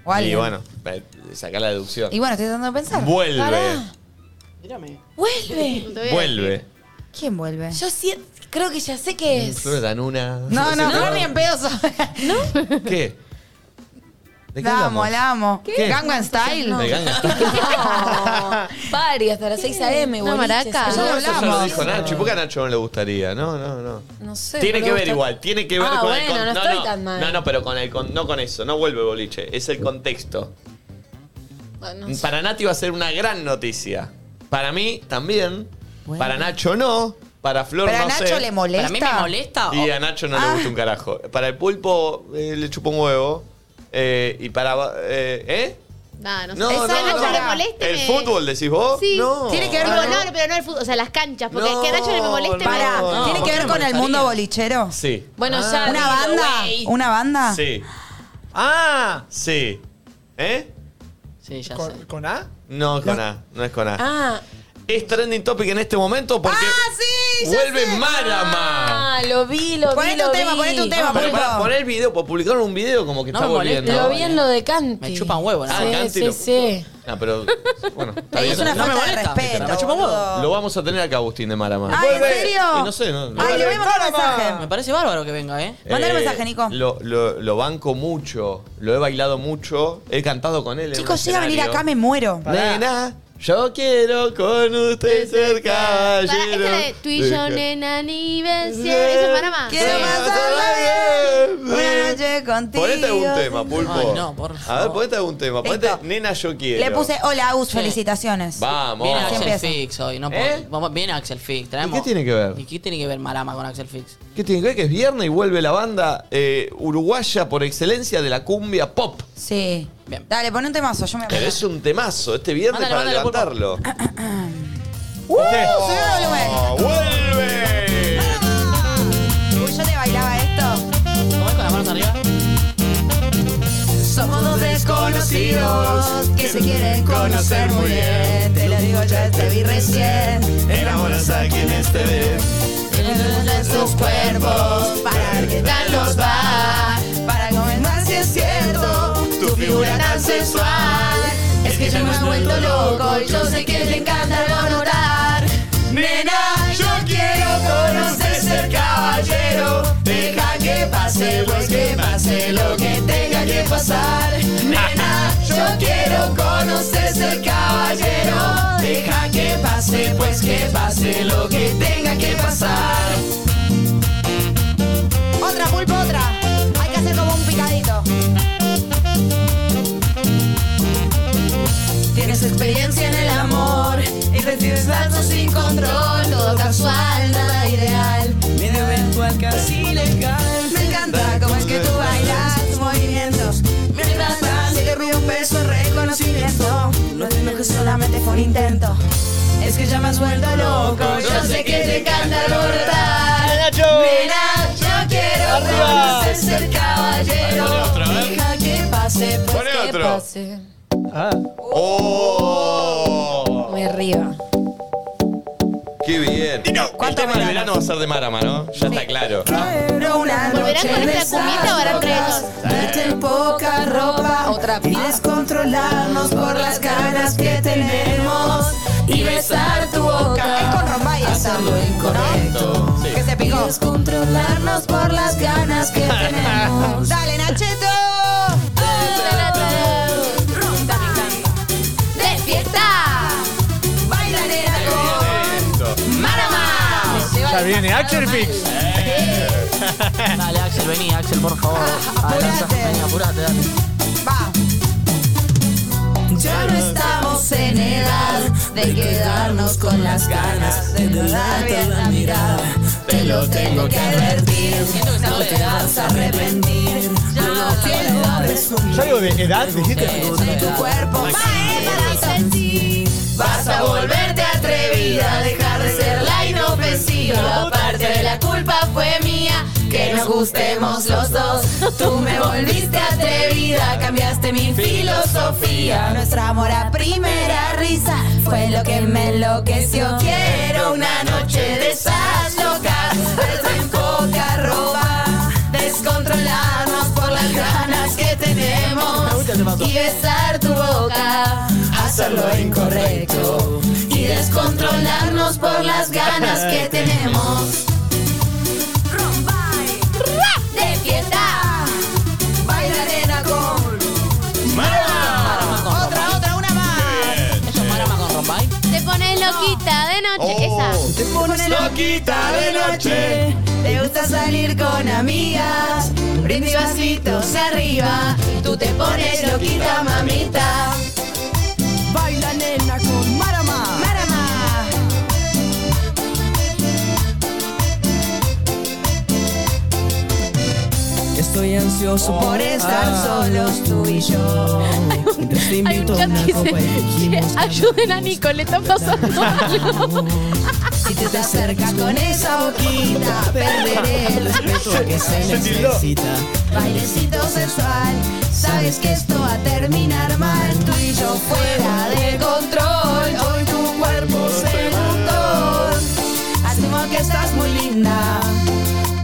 O Y alguien. bueno, eh, sacá la deducción. Y bueno, estoy tratando de pensar. Vuelve. Pará. Mírame. Vuelve. Vuelve. ¿Quién vuelve? Yo sí, creo que ya sé qué es. Flor tan una. No, no, Flor no, ni en pedo soy. ¿Qué? ¿De qué La amo, hablamos? la amo. ¿Qué? Gangnam Style. De Gangnam Style. Pari, hasta las 6 a.m. Una boliches. maraca. No, eso ya lo hablamos. dijo Nacho. ¿Y por qué a Nacho no le gustaría? No, no, no. No sé. tiene no que me ver gusta. igual, tiene que ver Ah, con el bueno, con- no estoy tan mal. No, no, pero con el con- no con eso, no vuelve boliche, es el contexto. Para Nati va a ser una gran noticia. Para mí también. Para Nacho no. Para Flor Pero a no Nacho sé. le molesta. Ah. ¿Para mí me molesta? Y a Nacho no le gusta un carajo. Para el pulpo eh, le chupa un huevo. Eh, y para. ¿Eh? ¿eh? Nah, no, sé. No, Esa no, Nacho no. le moleste. ¿El me- fútbol decís vos? Sí. No. Tiene que ver Ah, con. No, no, pero no el fútbol. O sea, las canchas. Porque que a Nacho le me moleste. Pará, no, ¿tiene no, que ver ¿por con qué el mundo bolichero? Sí. Bueno, ya. ¿Una digo, banda? güey. ¿Una banda? Sí. Ah, sí. ¿Eh? Sí, ya ¿Con, ¿Con A? No es con A, no es con A. Ah, Es trending topic en este momento porque Ah, vuelve Marama. ah, lo vi, lo Poné vi. tu lo tema, vi. poné tu tema, Pero pulpo. para poner el video, pues publicaron un video como que está volviendo. Lo vi en lo de Canti. Me chupan huevo, ¿no? Ah, Sí, Canti sí, lo- sí. Ah, pero bueno, está bien. Es una No me falta de molesta. respeto. Me chupa un huevo. boludo. Lo vamos a tener acá, Agustín de Marama. Ay, ¿en serio? Y no sé, no. Ay, le voy a mandar un mensaje. Me parece bárbaro que venga, ¿eh? Mandale un mensaje, Nico. Lo, lo- lo banco mucho, lo he bailado mucho, he cantado con él. en Chicos, un llega a venir escenario. acá, me muero. Nena, yo quiero con usted ser Pará, caballero. esta es la de tú y yo, nena, ni ves si Eso es para más. Quiero pasarla bien. Una noche contigo. Ponete algún tema, pulpo. Ay, no, por A ver, favor. ponete algún tema. Ponete Nena, yo quiero. Le puse, hola, Agus, Sí. felicitaciones. Vamos. Viene Así Axel empieza. Fix hoy, no puedo- ¿Eh? Vamos, viene Axel Fix, ¿Y traemos. qué tiene que ver? ¿Y qué tiene que ver Marama con Axel Fix? ¿Qué tiene que ver que es viernes y vuelve la banda eh, uruguaya por excelencia de la cumbia pop? Sí. Bien. Dale, pon un temazo, yo me voy. Pero es un temazo, este viernes Mándale, para mándale, levantarlo. ¡Uh! Sube el volumen. ¡Oh, ¡Vuelve! Uy, yo te bailaba esto. ¿Cómo es con las manos arriba? Somos dos desconocidos que se quieren conocer muy bien. Te lo digo, ya te vi recién. Enamoras a quienes te ven. nuestros cuerpos para ver qué tal nos va. Para comentar si es cierto tu figura tan sensual. Es que ya me has vuelto loco y yo sé que te encanta valorar. Nena, yo quiero conocer ser caballero. Deja que pase, pues que pase lo que tenga que pasar. Nena, yo quiero conocer ser caballero. Deja que pase, pues que pase lo que tenga que pasar. Otra pulpo, otra. Hay que hacer como un picadito. Tienes experiencia en el amor y recibes lazos sin control. Todo casual, nada ideal. Bien eventual, casi legal. Me encanta cómo es que tú bailas tus movimientos. Me levantas y te pido un beso, reconocimiento. No te enojes, solamente fue un intento. Es que ya me has vuelto loco. Yo sé que te encanta cortar. Mira, yo quiero conocer ser caballero. Deja que pase, pues Poné que otro. pase. Ah. ¡Oh! Me río. ¡Qué bien! El tema del verano va a ser de Marama, ¿no? Ya está claro. Ah. Quiero una ¿Volverán noche con de esta cumita o esas harán tres? locas, verte en poca ropa Otra y descontrolarnos por las ganas que tenemos y besar tu boca. Es con Rombay hacerlo incorrecto. Sí. Que se picó. Y descontrolarnos por las ganas *laughs* que tenemos. Dale, Nacheto. Rumba. Despierta. Baila nena con Marama. Ya viene Axel Fix. Dale, Axel, vení, Axel, por favor. Adelante, Apurate. vení, apurate, dale. Va. Ya no estamos en edad de quedarnos con las ganas de verdad la mirada. Te lo tengo que advertir, no te vas a arrepentir. Yo no quiero presumir. ¿Es algo de edad? ¿Dijiste? Soy tu cuerpo para sentir. Vas a volverte atrevida, dejar de ser la inofensiva. Parte de la culpa fue mía, que nos gustemos los dos. Tú me volviste atrevida, cambiaste mi filosofía. Nuestro amor a primera risa fue lo que me enloqueció. Quiero una noche de esas locas, verte en poca ropa. Descontrolarnos por las ganas que tenemos y besar tu boca, hacer lo incorrecto y descontrolarnos por las ganas que tenemos. Rombay, de fiesta, baila arena con Marama. Otra, otra, una más. ¿Eso es Marama con Rombay? Te pones loquita de noche. Esa. Te pones loquita de noche. Te gusta salir con amigas. Brindis vasitos arriba. Tú te pones loquita, mamita. ansioso por estar solos tú y yo. Te Hay un invito a chat una que copa y dice, "Che, ayuden a Nico, le está pasando algo. Si te, te acercas con esa boquita, perderé el respeto que se necesita. Bailecito sensual, sabes que esto va a terminar mal. Tú y yo fuera de control, hoy tu cuerpo se mutó. Asumo que estás muy linda,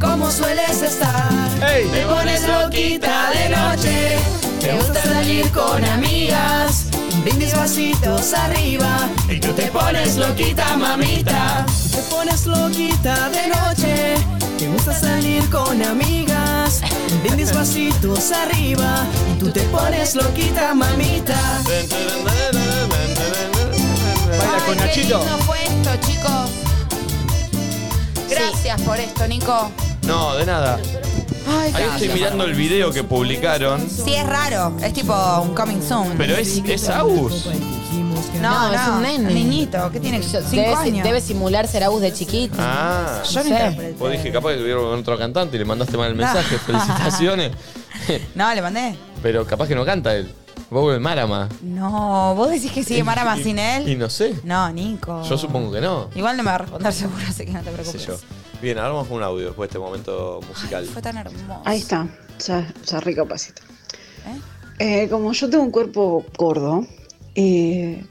como sueles estar. Te pones loquita de noche, te gusta salir con amigas. Brindis vasitos arriba, y tú te pones loquita, mamita. Te pones loquita de noche. Te gusta salir con amigas. Brindis vasitos arriba. Y tú te pones loquita, mamita. Baila con Qué Nachito. lindo fue esto, chicos. Gracias por esto, Nico. No, de nada. Ay, Ahí estoy gracias. mirando el video que publicaron. Sí, es raro. Es tipo un coming soon. Pero es, es Agus. No, No, es no, un nene. un niñito. ¿Qué tiene? Yo- Cinco debe, años. debe simular ser Agus de chiquito. Ah. Yo no sé. Vos dije, capaz que tuvieron con otro cantante y le mandaste mal el No. *laughs* mensaje. Felicitaciones. No, le mandé. Pero capaz que no canta él. Vos volvés Marama. No, vos decís que sigue Mara más sin él. Y no sé. No, Nico. Yo supongo que no. Igual no me va a responder *laughs* seguro, así que no te Qué sé preocupes. yo. Bien, ahora vamos con un audio después de este momento musical. Fue tan hermoso. Ahí está, ya, ya recapacito. Eh, como yo tengo un cuerpo gordo, eh,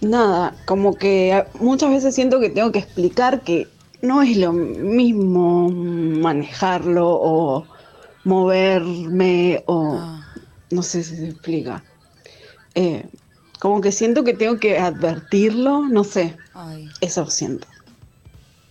nada, como que a- muchas veces siento que tengo que explicar que no es lo mismo manejarlo o moverme o Ah. no sé si se explica. Eh, como que siento que tengo que advertirlo, no sé, Ay. eso siento.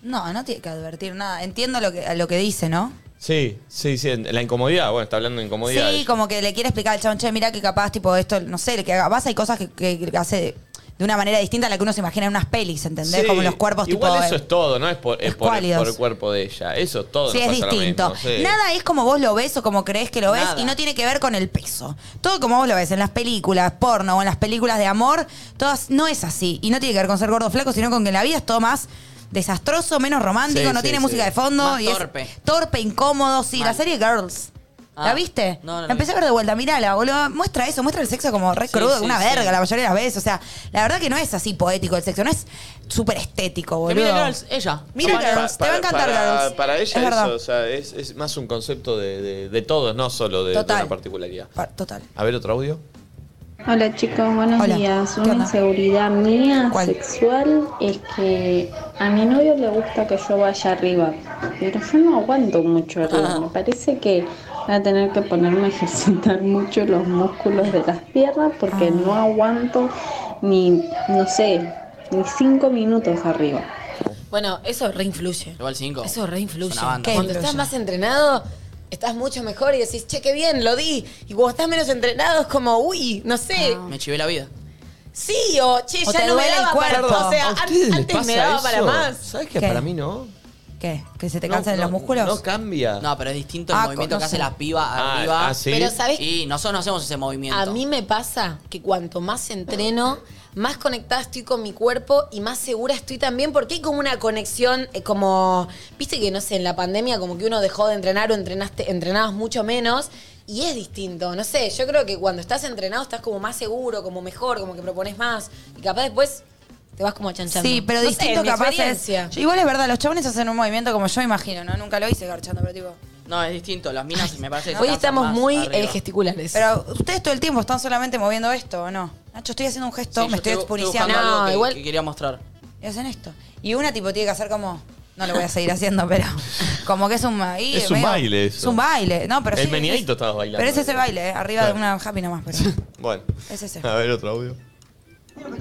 No, no tiene que advertir nada. Entiendo lo que, lo que dice, ¿no? Sí, sí, sí. La incomodidad. Bueno, está hablando de incomodidad. Sí, como que le quiere explicar al chabón, che, mira que capaz, tipo, esto, no sé, que capaz hay cosas que, que hace de una manera distinta a la que uno se imagina en unas pelis, ¿entendés? Sí, Como los cuerpos, Igual tipo. eso es todo, no es por, es por, escuálidos. por el cuerpo de ella. Eso es todo. Sí, nos es pasa lo distinto. mismo, sí. Nada es como vos lo ves o como crees que lo ves Nada. y no tiene que ver con el peso. Todo como vos lo ves en las películas porno o en las películas de amor, todas no es así. Y no tiene que ver con ser gordo o flaco, sino con que en la vida es todo más desastroso, menos romántico, Sí, no sí, tiene sí. música de fondo. Más y es torpe. torpe, incómodo. Sí, la serie Girls. ¿La Ah. viste? No, no la La Empecé a ver de vuelta, mirala, boludo. Muestra eso, muestra el sexo como re Sí, crudo, sí, una sí. verga la mayoría de las veces. O sea, la verdad que no es así poético el sexo, no es súper estético, Que boludo. mire Girls, ella. Mira Compañera. Girls, te va a encantar para, Girls. Para Es ella verdad. eso, o sea, es, es más un concepto de, de- de todos, no solo de, de Total. una particularidad. total. A ver, otro audio. Hola chicos, buenos días. Una inseguridad mía sexual es que a mi novio le gusta que yo vaya arriba, pero yo no aguanto mucho arriba. Ah. Me parece que voy a tener que ponerme a ejercitar *laughs* mucho los músculos de las piernas porque Ah. no aguanto ni, no sé, ni cinco minutos arriba. Bueno, eso reinfluye. Igual 5. Eso reinfluye. Una banda. Cuando estás más entrenado, estás mucho mejor y decís, che, qué bien, lo di. Y cuando estás menos entrenado, es como, uy, no sé. Ah. Me chivé la vida. Sí, o che, O ya te no me duele el daba para cuerpo. O sea, ¿A an- ustedes les antes me pasa daba eso? para más. ¿Sabes que ¿Qué? para mí no? ¿Qué? ¿Que se te No, cansan no, los músculos? No cambia. No, pero es distinto el Ah, movimiento no que hace sé. la piba Ah, arriba. ah, ¿sí? Pero, ¿sabés? Y nosotros no hacemos ese movimiento. A mí me pasa que cuanto más entreno, más conectada estoy con mi cuerpo y más segura estoy también, porque hay como una conexión, eh, como, viste que no sé, en la pandemia como que uno dejó de entrenar o entrenaste, entrenabas mucho menos. Y es distinto, no sé, yo creo que cuando estás entrenado estás como más seguro, como mejor, como que propones más. Y capaz después te vas como chanchando. Sí, pero No sé, distinto mi capaz es, experiencia. Yo- Igual es verdad, los chabones hacen un movimiento como yo imagino, ¿no? Nunca lo hice garchando, pero tipo. No, es distinto. Las minas me parece que Hoy se cansan estamos más muy arriba. eh, gesticulares. Pero ustedes todo el tiempo están solamente moviendo esto, ¿o no? Nacho, estoy haciendo un gesto, Sí, yo me estoy, expuniciando. buscando algo No, que, igual. que quería mostrar. Y hacen esto. Y una tipo tiene que hacer como. No lo voy a seguir haciendo, *laughs* pero. Como que es un. ahí, Es un medio- baile eso. Es un baile. No, pero el sí, meneadito estabas bailando. Pero es ese baile, ¿eh? arriba Claro. de una happy nomás, pero. Bueno. Es ese. A ver, otro audio.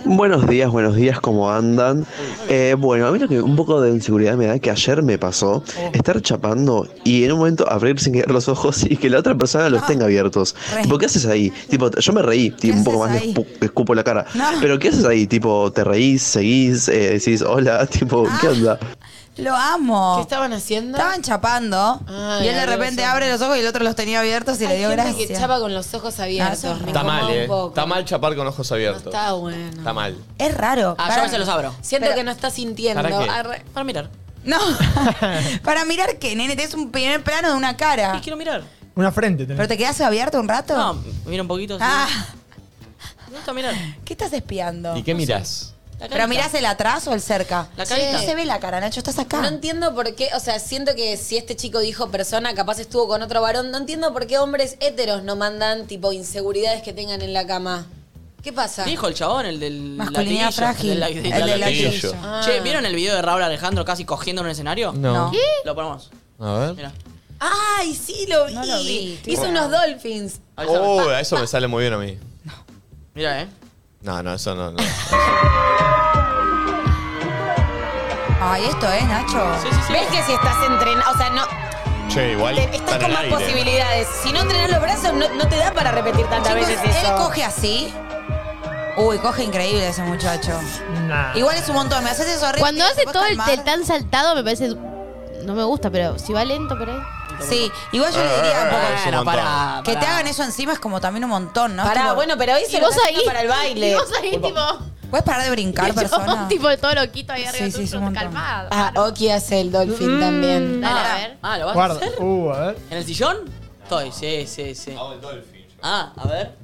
Buenos días, buenos días, ¿cómo andan? Eh, bueno, a mí lo que un poco de inseguridad me da que ayer me Oh. pasó estar chapando y en un momento abrir sin querer los ojos y que la otra persona Ah. los tenga abiertos. Tipo, ¿qué haces ahí? Tipo, yo me reí, tipo, un poco más le ahí? espu- le escupo la cara. No. Pero ¿qué haces ahí? Tipo, te reís, seguís, eh, decís hola, *laughs* tipo, Ah. ¿qué onda? *laughs* Lo amo. ¿Qué estaban haciendo? Estaban chapando. Ay, y él de algo repente son. abre los ojos y el otro los tenía abiertos y le Hay dio gente gracias. que chapa con los ojos abiertos. eso es me Está mal, incomoda un ¿eh? poco. Está mal chapar con ojos abiertos. Está bueno. Está mal. Es raro. Ah, yo a Para- veces los abro. Siento Pero- que no está sintiendo. ¿Para qué? Arre- para mirar. *laughs* No. Para mirar que, nene, es un primer plano de una cara. Y quiero mirar. Una frente tenés. ¿Pero te quedas abierto un rato? No, mira un poquito. sí. Ah, Me gusta mirar. ¿qué estás espiando? ¿Y qué mirás? La ¿Pero carita. mirás el atrás o el cerca? La carita. No se ve la cara, Nacho, estás acá. No entiendo por qué, o sea, siento que si este chico dijo persona, capaz estuvo con otro varón, no entiendo por qué hombres héteros no mandan tipo inseguridades que tengan en la cama. ¿Qué pasa? Dijo el chabón, el del Masculinidad latillo, frágil. del la- El del del latillo. latillo. Ah. Che, ¿vieron el video de Raúl Alejandro casi cogiendo en un escenario? No. No. ¿Qué? Lo ponemos. A ver. Mira. Ay, sí, lo vi. No lo vi, tío. Hizo unos dolphins. Oh, eso me sale muy bien a mí. Mira, eh. No, no, eso no. no. Ay, esto es, Nacho. ¿Ves que si estás entrenado? O sea, no. Che, igual. te- estás están con al más aire. posibilidades. Si no entrenás los brazos, no, no te da para repetir tantas Chicos, veces eso. él coge así. Uy, coge increíble ese muchacho. Igual es un montón, me haces eso horrible. Cuando ¿te hace podés todo el, calmar? el tan saltado me parece. No me gusta, pero si va lento por ahí. Sí, igual yo le diría un poco. Eh, es un Bueno, montón. pará, Que te pará. hagan eso encima es como también un montón, ¿no? Pará, Tipo, bueno, pero hoy se lo está haciendo para el baile. Y vos ahí, tipo. ¿Puedes parar *laughs* de brincar, que yo, persona? *laughs* tipo, todo loquito ahí arriba. Sí, sí, es un montón. Calmado. Ah, Oki hace el dolphin también. Dale, Ah, a ver. Ah, ¿lo vas a Guarda. hacer? Uh, a ver. ¿En el sillón? Estoy, sí, sí, sí. Hago el dolphin. Ah, a ver.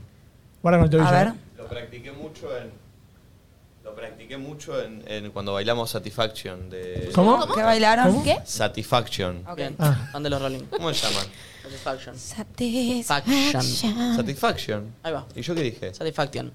Guarda con el tobillo. A ver. Lo practiqué mucho en. Lo practiqué mucho en, en cuando bailamos Satisfaction de. ¿Cómo? ¿Qué bailaron? ¿Cómo? ¿Qué? Satisfaction. Bien. Ah. Van de los Rolling. ¿Cómo se llaman? Satisfaction. Satisfaction. Satisfaction. Ahí va. ¿Y yo qué dije? Satisfaction.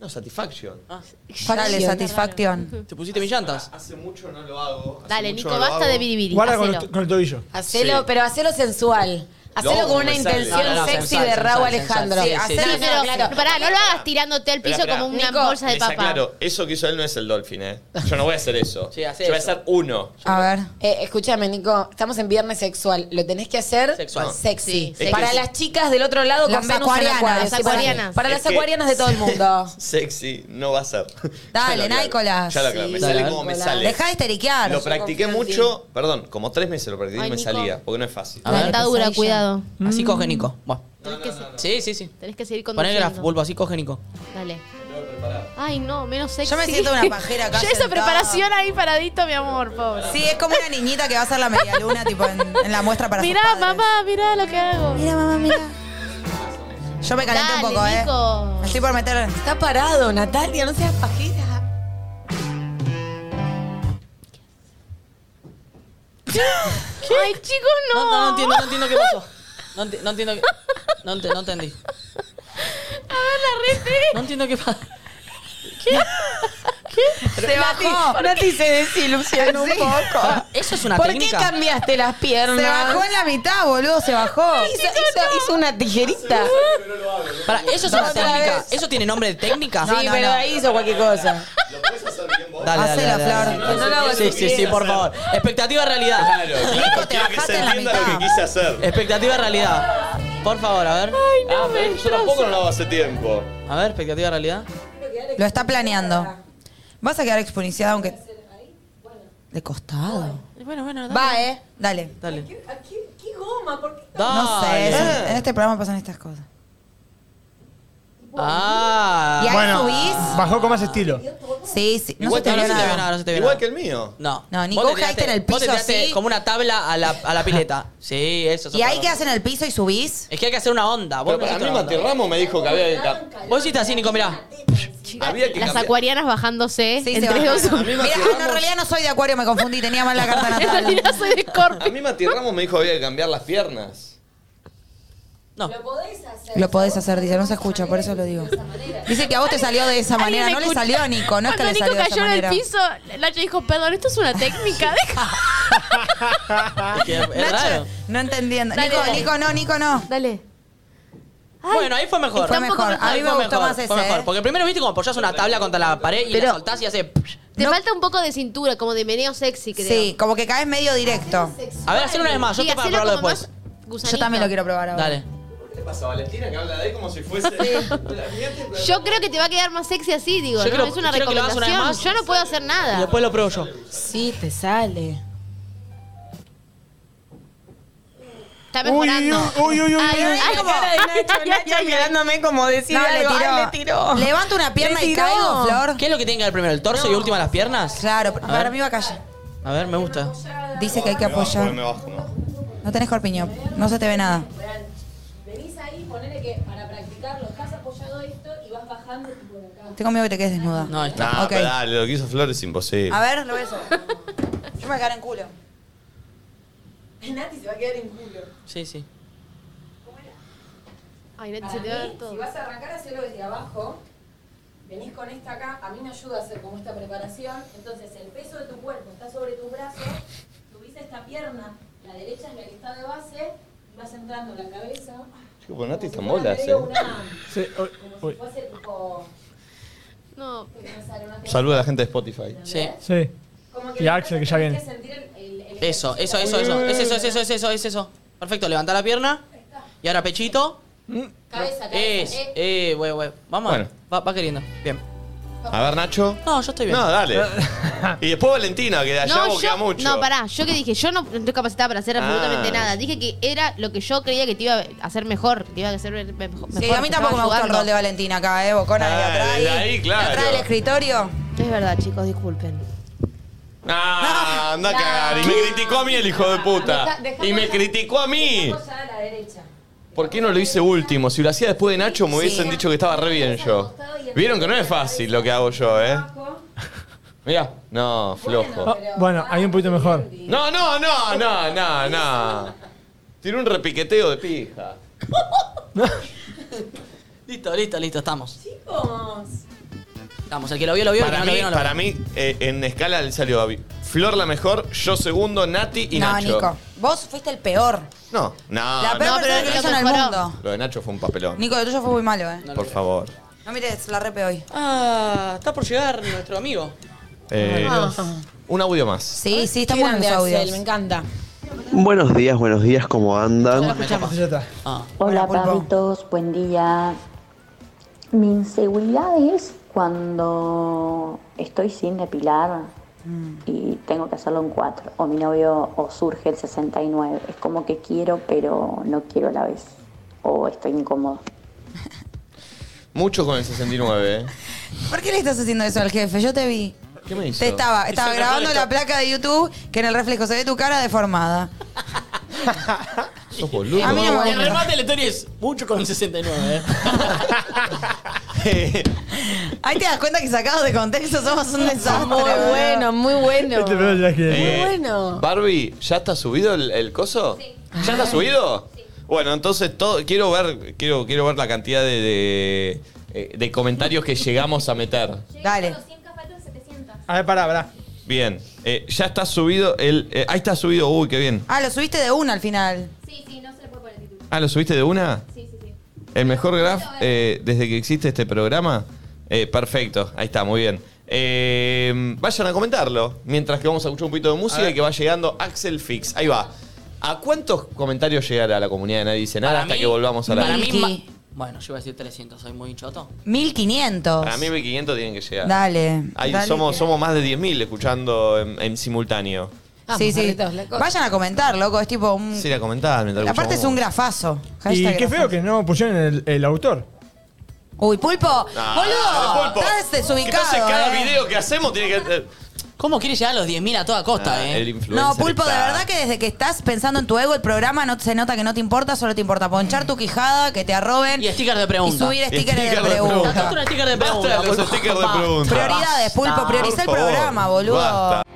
No, Satisfaction. Ah. Dale, satisfaction. ¿Te pusiste mis llantas? Hace mucho no lo hago. Dale, mucho Nico, no lo basta hago. de biribiri. Guarda con el, hacelo. to- con el tobillo. Hacelo, Sí. pero hacelo sensual. Hacelo No, con una me sale. intención No, no, no, sexy sensual, de sensual, Raúl sensual. Alejandro. Sí, sí, Hacelo- Sí, no, pero, claro. pará, no lo hagas tirándote al Espera, piso espera. como una Nico, bolsa de Les papa. aclaro, eso que hizo él no es el Dolphin, ¿eh? Yo no voy a hacer eso. Sí, hace Yo voy a eso. hacer uno. A ver. Eh, escúchame, Nico, estamos en viernes sexual. Lo tenés que hacer Sexual. sexy. Sí, Para sexy. las chicas del otro lado Las con Venus en acuarianas, Acuario, las sí, para- acuarianas. Para Es las que- acuarianas de todo *laughs* el mundo. Sexy no va a ser. *laughs* Dale, Ya lo aclaro. Nicolás. Ya lo aclaro, me Sí, sale dale, como me Nicolás. sale. Deja de esteriquear. Lo practiqué confío en ti. mucho, perdón, como tres meses lo practiqué Ay, y me Nico. salía, porque no es fácil. La dentadura, pesadilla. cuidado. Mm. Mm. Así coge Nico. Bueno. Tenés que, se- Sí, sí, sí. tenés que seguir Poné conduciendo. graf, vulva, así coge *laughs* Nico. Dale. Ay, no, menos sexy. Yo me siento una pajera acá *laughs* Yo esa sentada. preparación ahí paradito, mi amor, pobre. Sí, es como una niñita que va a hacer la *laughs* medialuna, tipo, en, en la muestra para sus Mirá, padres. mamá, mirá lo que hago. Mira, mamá, *laughs* mira. Yo me calenté Dale, un poco, ¿eh? Nico. Me estoy por meter... Está parado, Natalia, no seas pajera. Ay, chicos, no. No, no, no entiendo, no entiendo qué pasó. No, enti- no entiendo qué. No, ent- no entendí. *laughs* A ver, la rete. No entiendo qué pasó. Se bajó. Nati se *laughs* desilusionó Sí. poco. Eso es una ¿Por técnica. qué cambiaste las piernas? Se bajó en la mitad, boludo, se bajó. Hizo, hizo- hizo una tijerita. Pará, eso es No, una otra técnica. vez. ¿Eso tiene nombre de técnica? sí, pero ahí hizo cualquier cosa. Dale, dale, Hacela, dale, dale. Flor. No, no, no, Sí, no, sí, sí, no. por favor. Expectativa realidad. Claro, claro. te Quiero que bajaste se en la entienda lo mitad. que quise hacer. Expectativa realidad. Por favor, a ver. Ah, pero yo tampoco no lo hago hace tiempo. A ver, expectativa realidad. Lo está planeando. Vas a quedar exponenciada aunque... De costado. Bueno, bueno, dale. Va, ¿eh? Dale. Dale. ¿Qué goma? ¿Por qué? No sé, Dale. en este programa pasan estas cosas. Ah. Y ahí Bueno, subís. bajó con más estilo. Sí, sí. No Igual se te no vio se te vio nada. nada. no se te ve Igual nada. que el mío. No. No, Nico, Vos te caíste tiraste- en el piso Vos te tiraste así. como una tabla a la, a la pileta. *laughs* Sí, eso. Y ahí soplaron. quedas en el piso y subís. Es que hay que hacer una onda. Vos, Pero para hiciste mí una Mati onda. Ramos me dijo que había que cam- Vos hiciste así, Nico, mirá. había que Las cambiar. acuarianas bajándose Sí, se entre va. dos. A mí Mira, Mati ah, no, en Ramos- realidad no soy de acuario, me confundí, tenía mal la carta En *laughs* natal. realidad soy de corte. A mí Mati Ramos me dijo que había que cambiar las piernas. No. Lo podés hacer, dice, no se escucha, por eso lo digo. Dice que a vos te salió de esa manera, no le salió a Nico, no es que Cuando le salió Nico de esa cayó en manera. el piso, Nacho dijo, perdón, esto es *laughs* una técnica. Deja. Ah, Es que es raro. Nacho, *laughs* no entendiendo. Dale, Nico, dale. Nico, no, Nico, no. Dale. Ay, Bueno, ahí fue mejor. Fue mejor. A Ahí mí me fue gustó mejor, más fue ese, mejor. ¿eh? Porque primero viste como apoyás una tabla contra la pared y la Pero- soltás *laughs* y hace. Te falta un poco de cintura, como de meneo sexy, creo. Sí, como que caes medio directo. A ver, hacer una vez más. Yo Sí, te para hacelo probarlo como después. más Yo gusanito. también lo quiero probar ahora. Dale. ¿Qué pasa, Valentina? Que habla de ahí como si fuese. Yo creo que te va a quedar más sexy así, digo. Yo ¿no? creo- es una yo creo que lo hagas recomendación. una vez más. Yo no puedo hacer Y nada. después lo pruebo yo. Sí, te sale. Está mejorando. Uy, uy, uy, uy, Ay, uy. ay, Ay, como- cara de *laughs* ay, ay, ay, ay. mirándome como decir No, le algo. tiró. Ay, le tiró. Levanto una pierna Le y tiró. caigo, Flor. ¿Qué es lo que tiene que ver primero? ¿El torso y última las piernas? Claro, pero para ver. mí va a callar. A ver, me gusta. Dice que hay que Me bajo, apoyar. me bajo, me bajo. No tenés corpiño, no se te ve nada. practicar, lo dejás apoyado esto y vas bajando por acá. Tengo miedo que te quedes desnuda. No, Nah, Ok. pero dale, lo que hizo Flor es imposible. A ver, lo beso. *laughs* Yo me quedaré en culo. Nati se va a quedar en culo. Sí, sí. Ay, Para Nati, se te va a mí, ver todo. Si vas a arrancar, hacelo desde abajo. Venís con esta acá. A mí me ayuda a hacer como esta preparación. Entonces, el peso de tu cuerpo está sobre tu brazo. Subís esta pierna. La derecha es la que está de base. Y vas entrando la cabeza. Chico, pero Nati está Como si fuera mola, ¿eh? medio una- Sí, uy, Como si fuese tipo... No. Saluda a la gente de Spotify. Sí. Sí. Y Axel, que ya viene. Eso, eso, eso, eso. Es eso, es eso, es eso, es eso. Perfecto, levanta la pierna. Y ahora pechito. Cabeza, cabeza. Es, eh. eh, güey, güey. Vamos, Bueno. va, va queriendo. Bien. A ver, Nacho. No, yo estoy bien. No, *laughs* dale. y después Valentina, que de allá No, vos queda yo, mucho. no, pará, yo que dije, yo no, no estoy capacitada para hacer Ah. absolutamente nada. Dije que era lo que yo creía que te iba a hacer mejor, que te iba a hacer me- me- mejor. Sí, a mí tampoco me gusta el rol de Valentina acá, ¿eh? Bocona Ah, ahí atrás. desde ahí, claro. Atrás del escritorio. Es verdad, chicos, disculpen. Ah, anda a cagar. Y me criticó a mí el hijo de puta. Deja- dejamos Y me la- criticó a mí. Vamos ya a la derecha. ¿Por qué no lo hice último? Si lo hacía después de Nacho, me hubiesen dicho que estaba re bien yo. Vieron que no es fácil lo que hago yo, ¿eh? Mirá. No, flojo. bueno, hay un poquito mejor. No, no, no, no, no, no. Tiene un repiqueteo de pija. *laughs* Listo, listo, listo, estamos. Vamos. Estamos. El que lo vio, lo vio. Para el que no lo mí, vio, no lo para vio. mí eh, en escala le salió Abby. Flor la mejor, yo segundo, Nati y no, Nacho. Nico. Vos fuiste el peor. No, no. la peor no. persona pero que hizo lo en el mejoró. mundo. Lo de Nacho fue un papelón. Nico, lo tuyo fue muy malo, ¿eh? Por favor. No mires la repe hoy. Ah, está por llegar nuestro amigo. Eh, Ah. un audio más. Sí, sí, está Qué bueno los grande, Axel, audios. me encanta. Buenos días, buenos días, ¿cómo andan? Hola, papitos, buen día. Mi inseguridad es cuando estoy sin depilar Mm. y tengo que hacerlo en cuatro. O mi novio o surge el 69. Es como que quiero, pero no quiero a la vez. O estoy incómodo. Mucho con el *laughs* 69, ¿eh? ¿Por qué le estás haciendo eso al jefe? Yo te vi. ¿Qué me hizo? Te estaba, estaba Hizo grabando mejor la placa de YouTube que en el reflejo se ve tu cara deformada. Sos boludo. A mí no me gusta. El remate del Tori es mucho con 69, ¿eh? Ahí te das cuenta que sacados de contexto somos un desastre. Muy bueno, muy bueno. Este pedo ya que- Eh, Muy bueno. Barbie, ¿ya está subido el, el coso? ¿Ya está subido? Bueno, entonces todo, quiero ver, quiero, quiero ver la cantidad de, de, eh, de comentarios que llegamos a meter. Dale. A ver, pará, pará. Bien, eh, ya está subido el. eh, ahí está subido, uy, qué bien. Ah, lo subiste de una al final. Ah, ¿lo subiste de una? Sí, sí, sí. El mejor graph eh, desde que existe este programa. Eh, perfecto, ahí está, muy bien. Eh, vayan a comentarlo, mientras que vamos a escuchar un poquito de música y que va llegando Axel Fix. Ahí va. ¿A cuántos comentarios llegará la comunidad de Nadie Dice Nada hasta que volvamos a la Para mí, Milky. ma- bueno, yo iba a decir 300, soy muy choto. 1500. Para mí 1500 tienen que llegar. Dale. Ahí dale somos, que- somos más de 10.000 escuchando en, en simultáneo. sí, sí. Vayan a comentar, loco. Es tipo un. Sí, la comentaba mientras Mm. Aparte es un escuchábamos. grafazo. Y Hashtag qué grafazo. feo que no pusieron el, el autor. Uy, pulpo. Ah, boludo. Pulpo. Estás desubicado. Entonces cada eh. video que hacemos tiene que... eh, ¿Cómo quiere llegar a los 10.000 a toda costa, Ah, eh? el No, pulpo, de verdad que desde que estás pensando en tu ego, el programa no se nota que no te importa, solo te importa ponchar tu quijada, que te arroben. Y sticker de pregunta. Y subir Y stickers sticker de pregunta. de pregunta. Basta de los stickers de Prioridades, pulpo, prioriza el programa, boludo.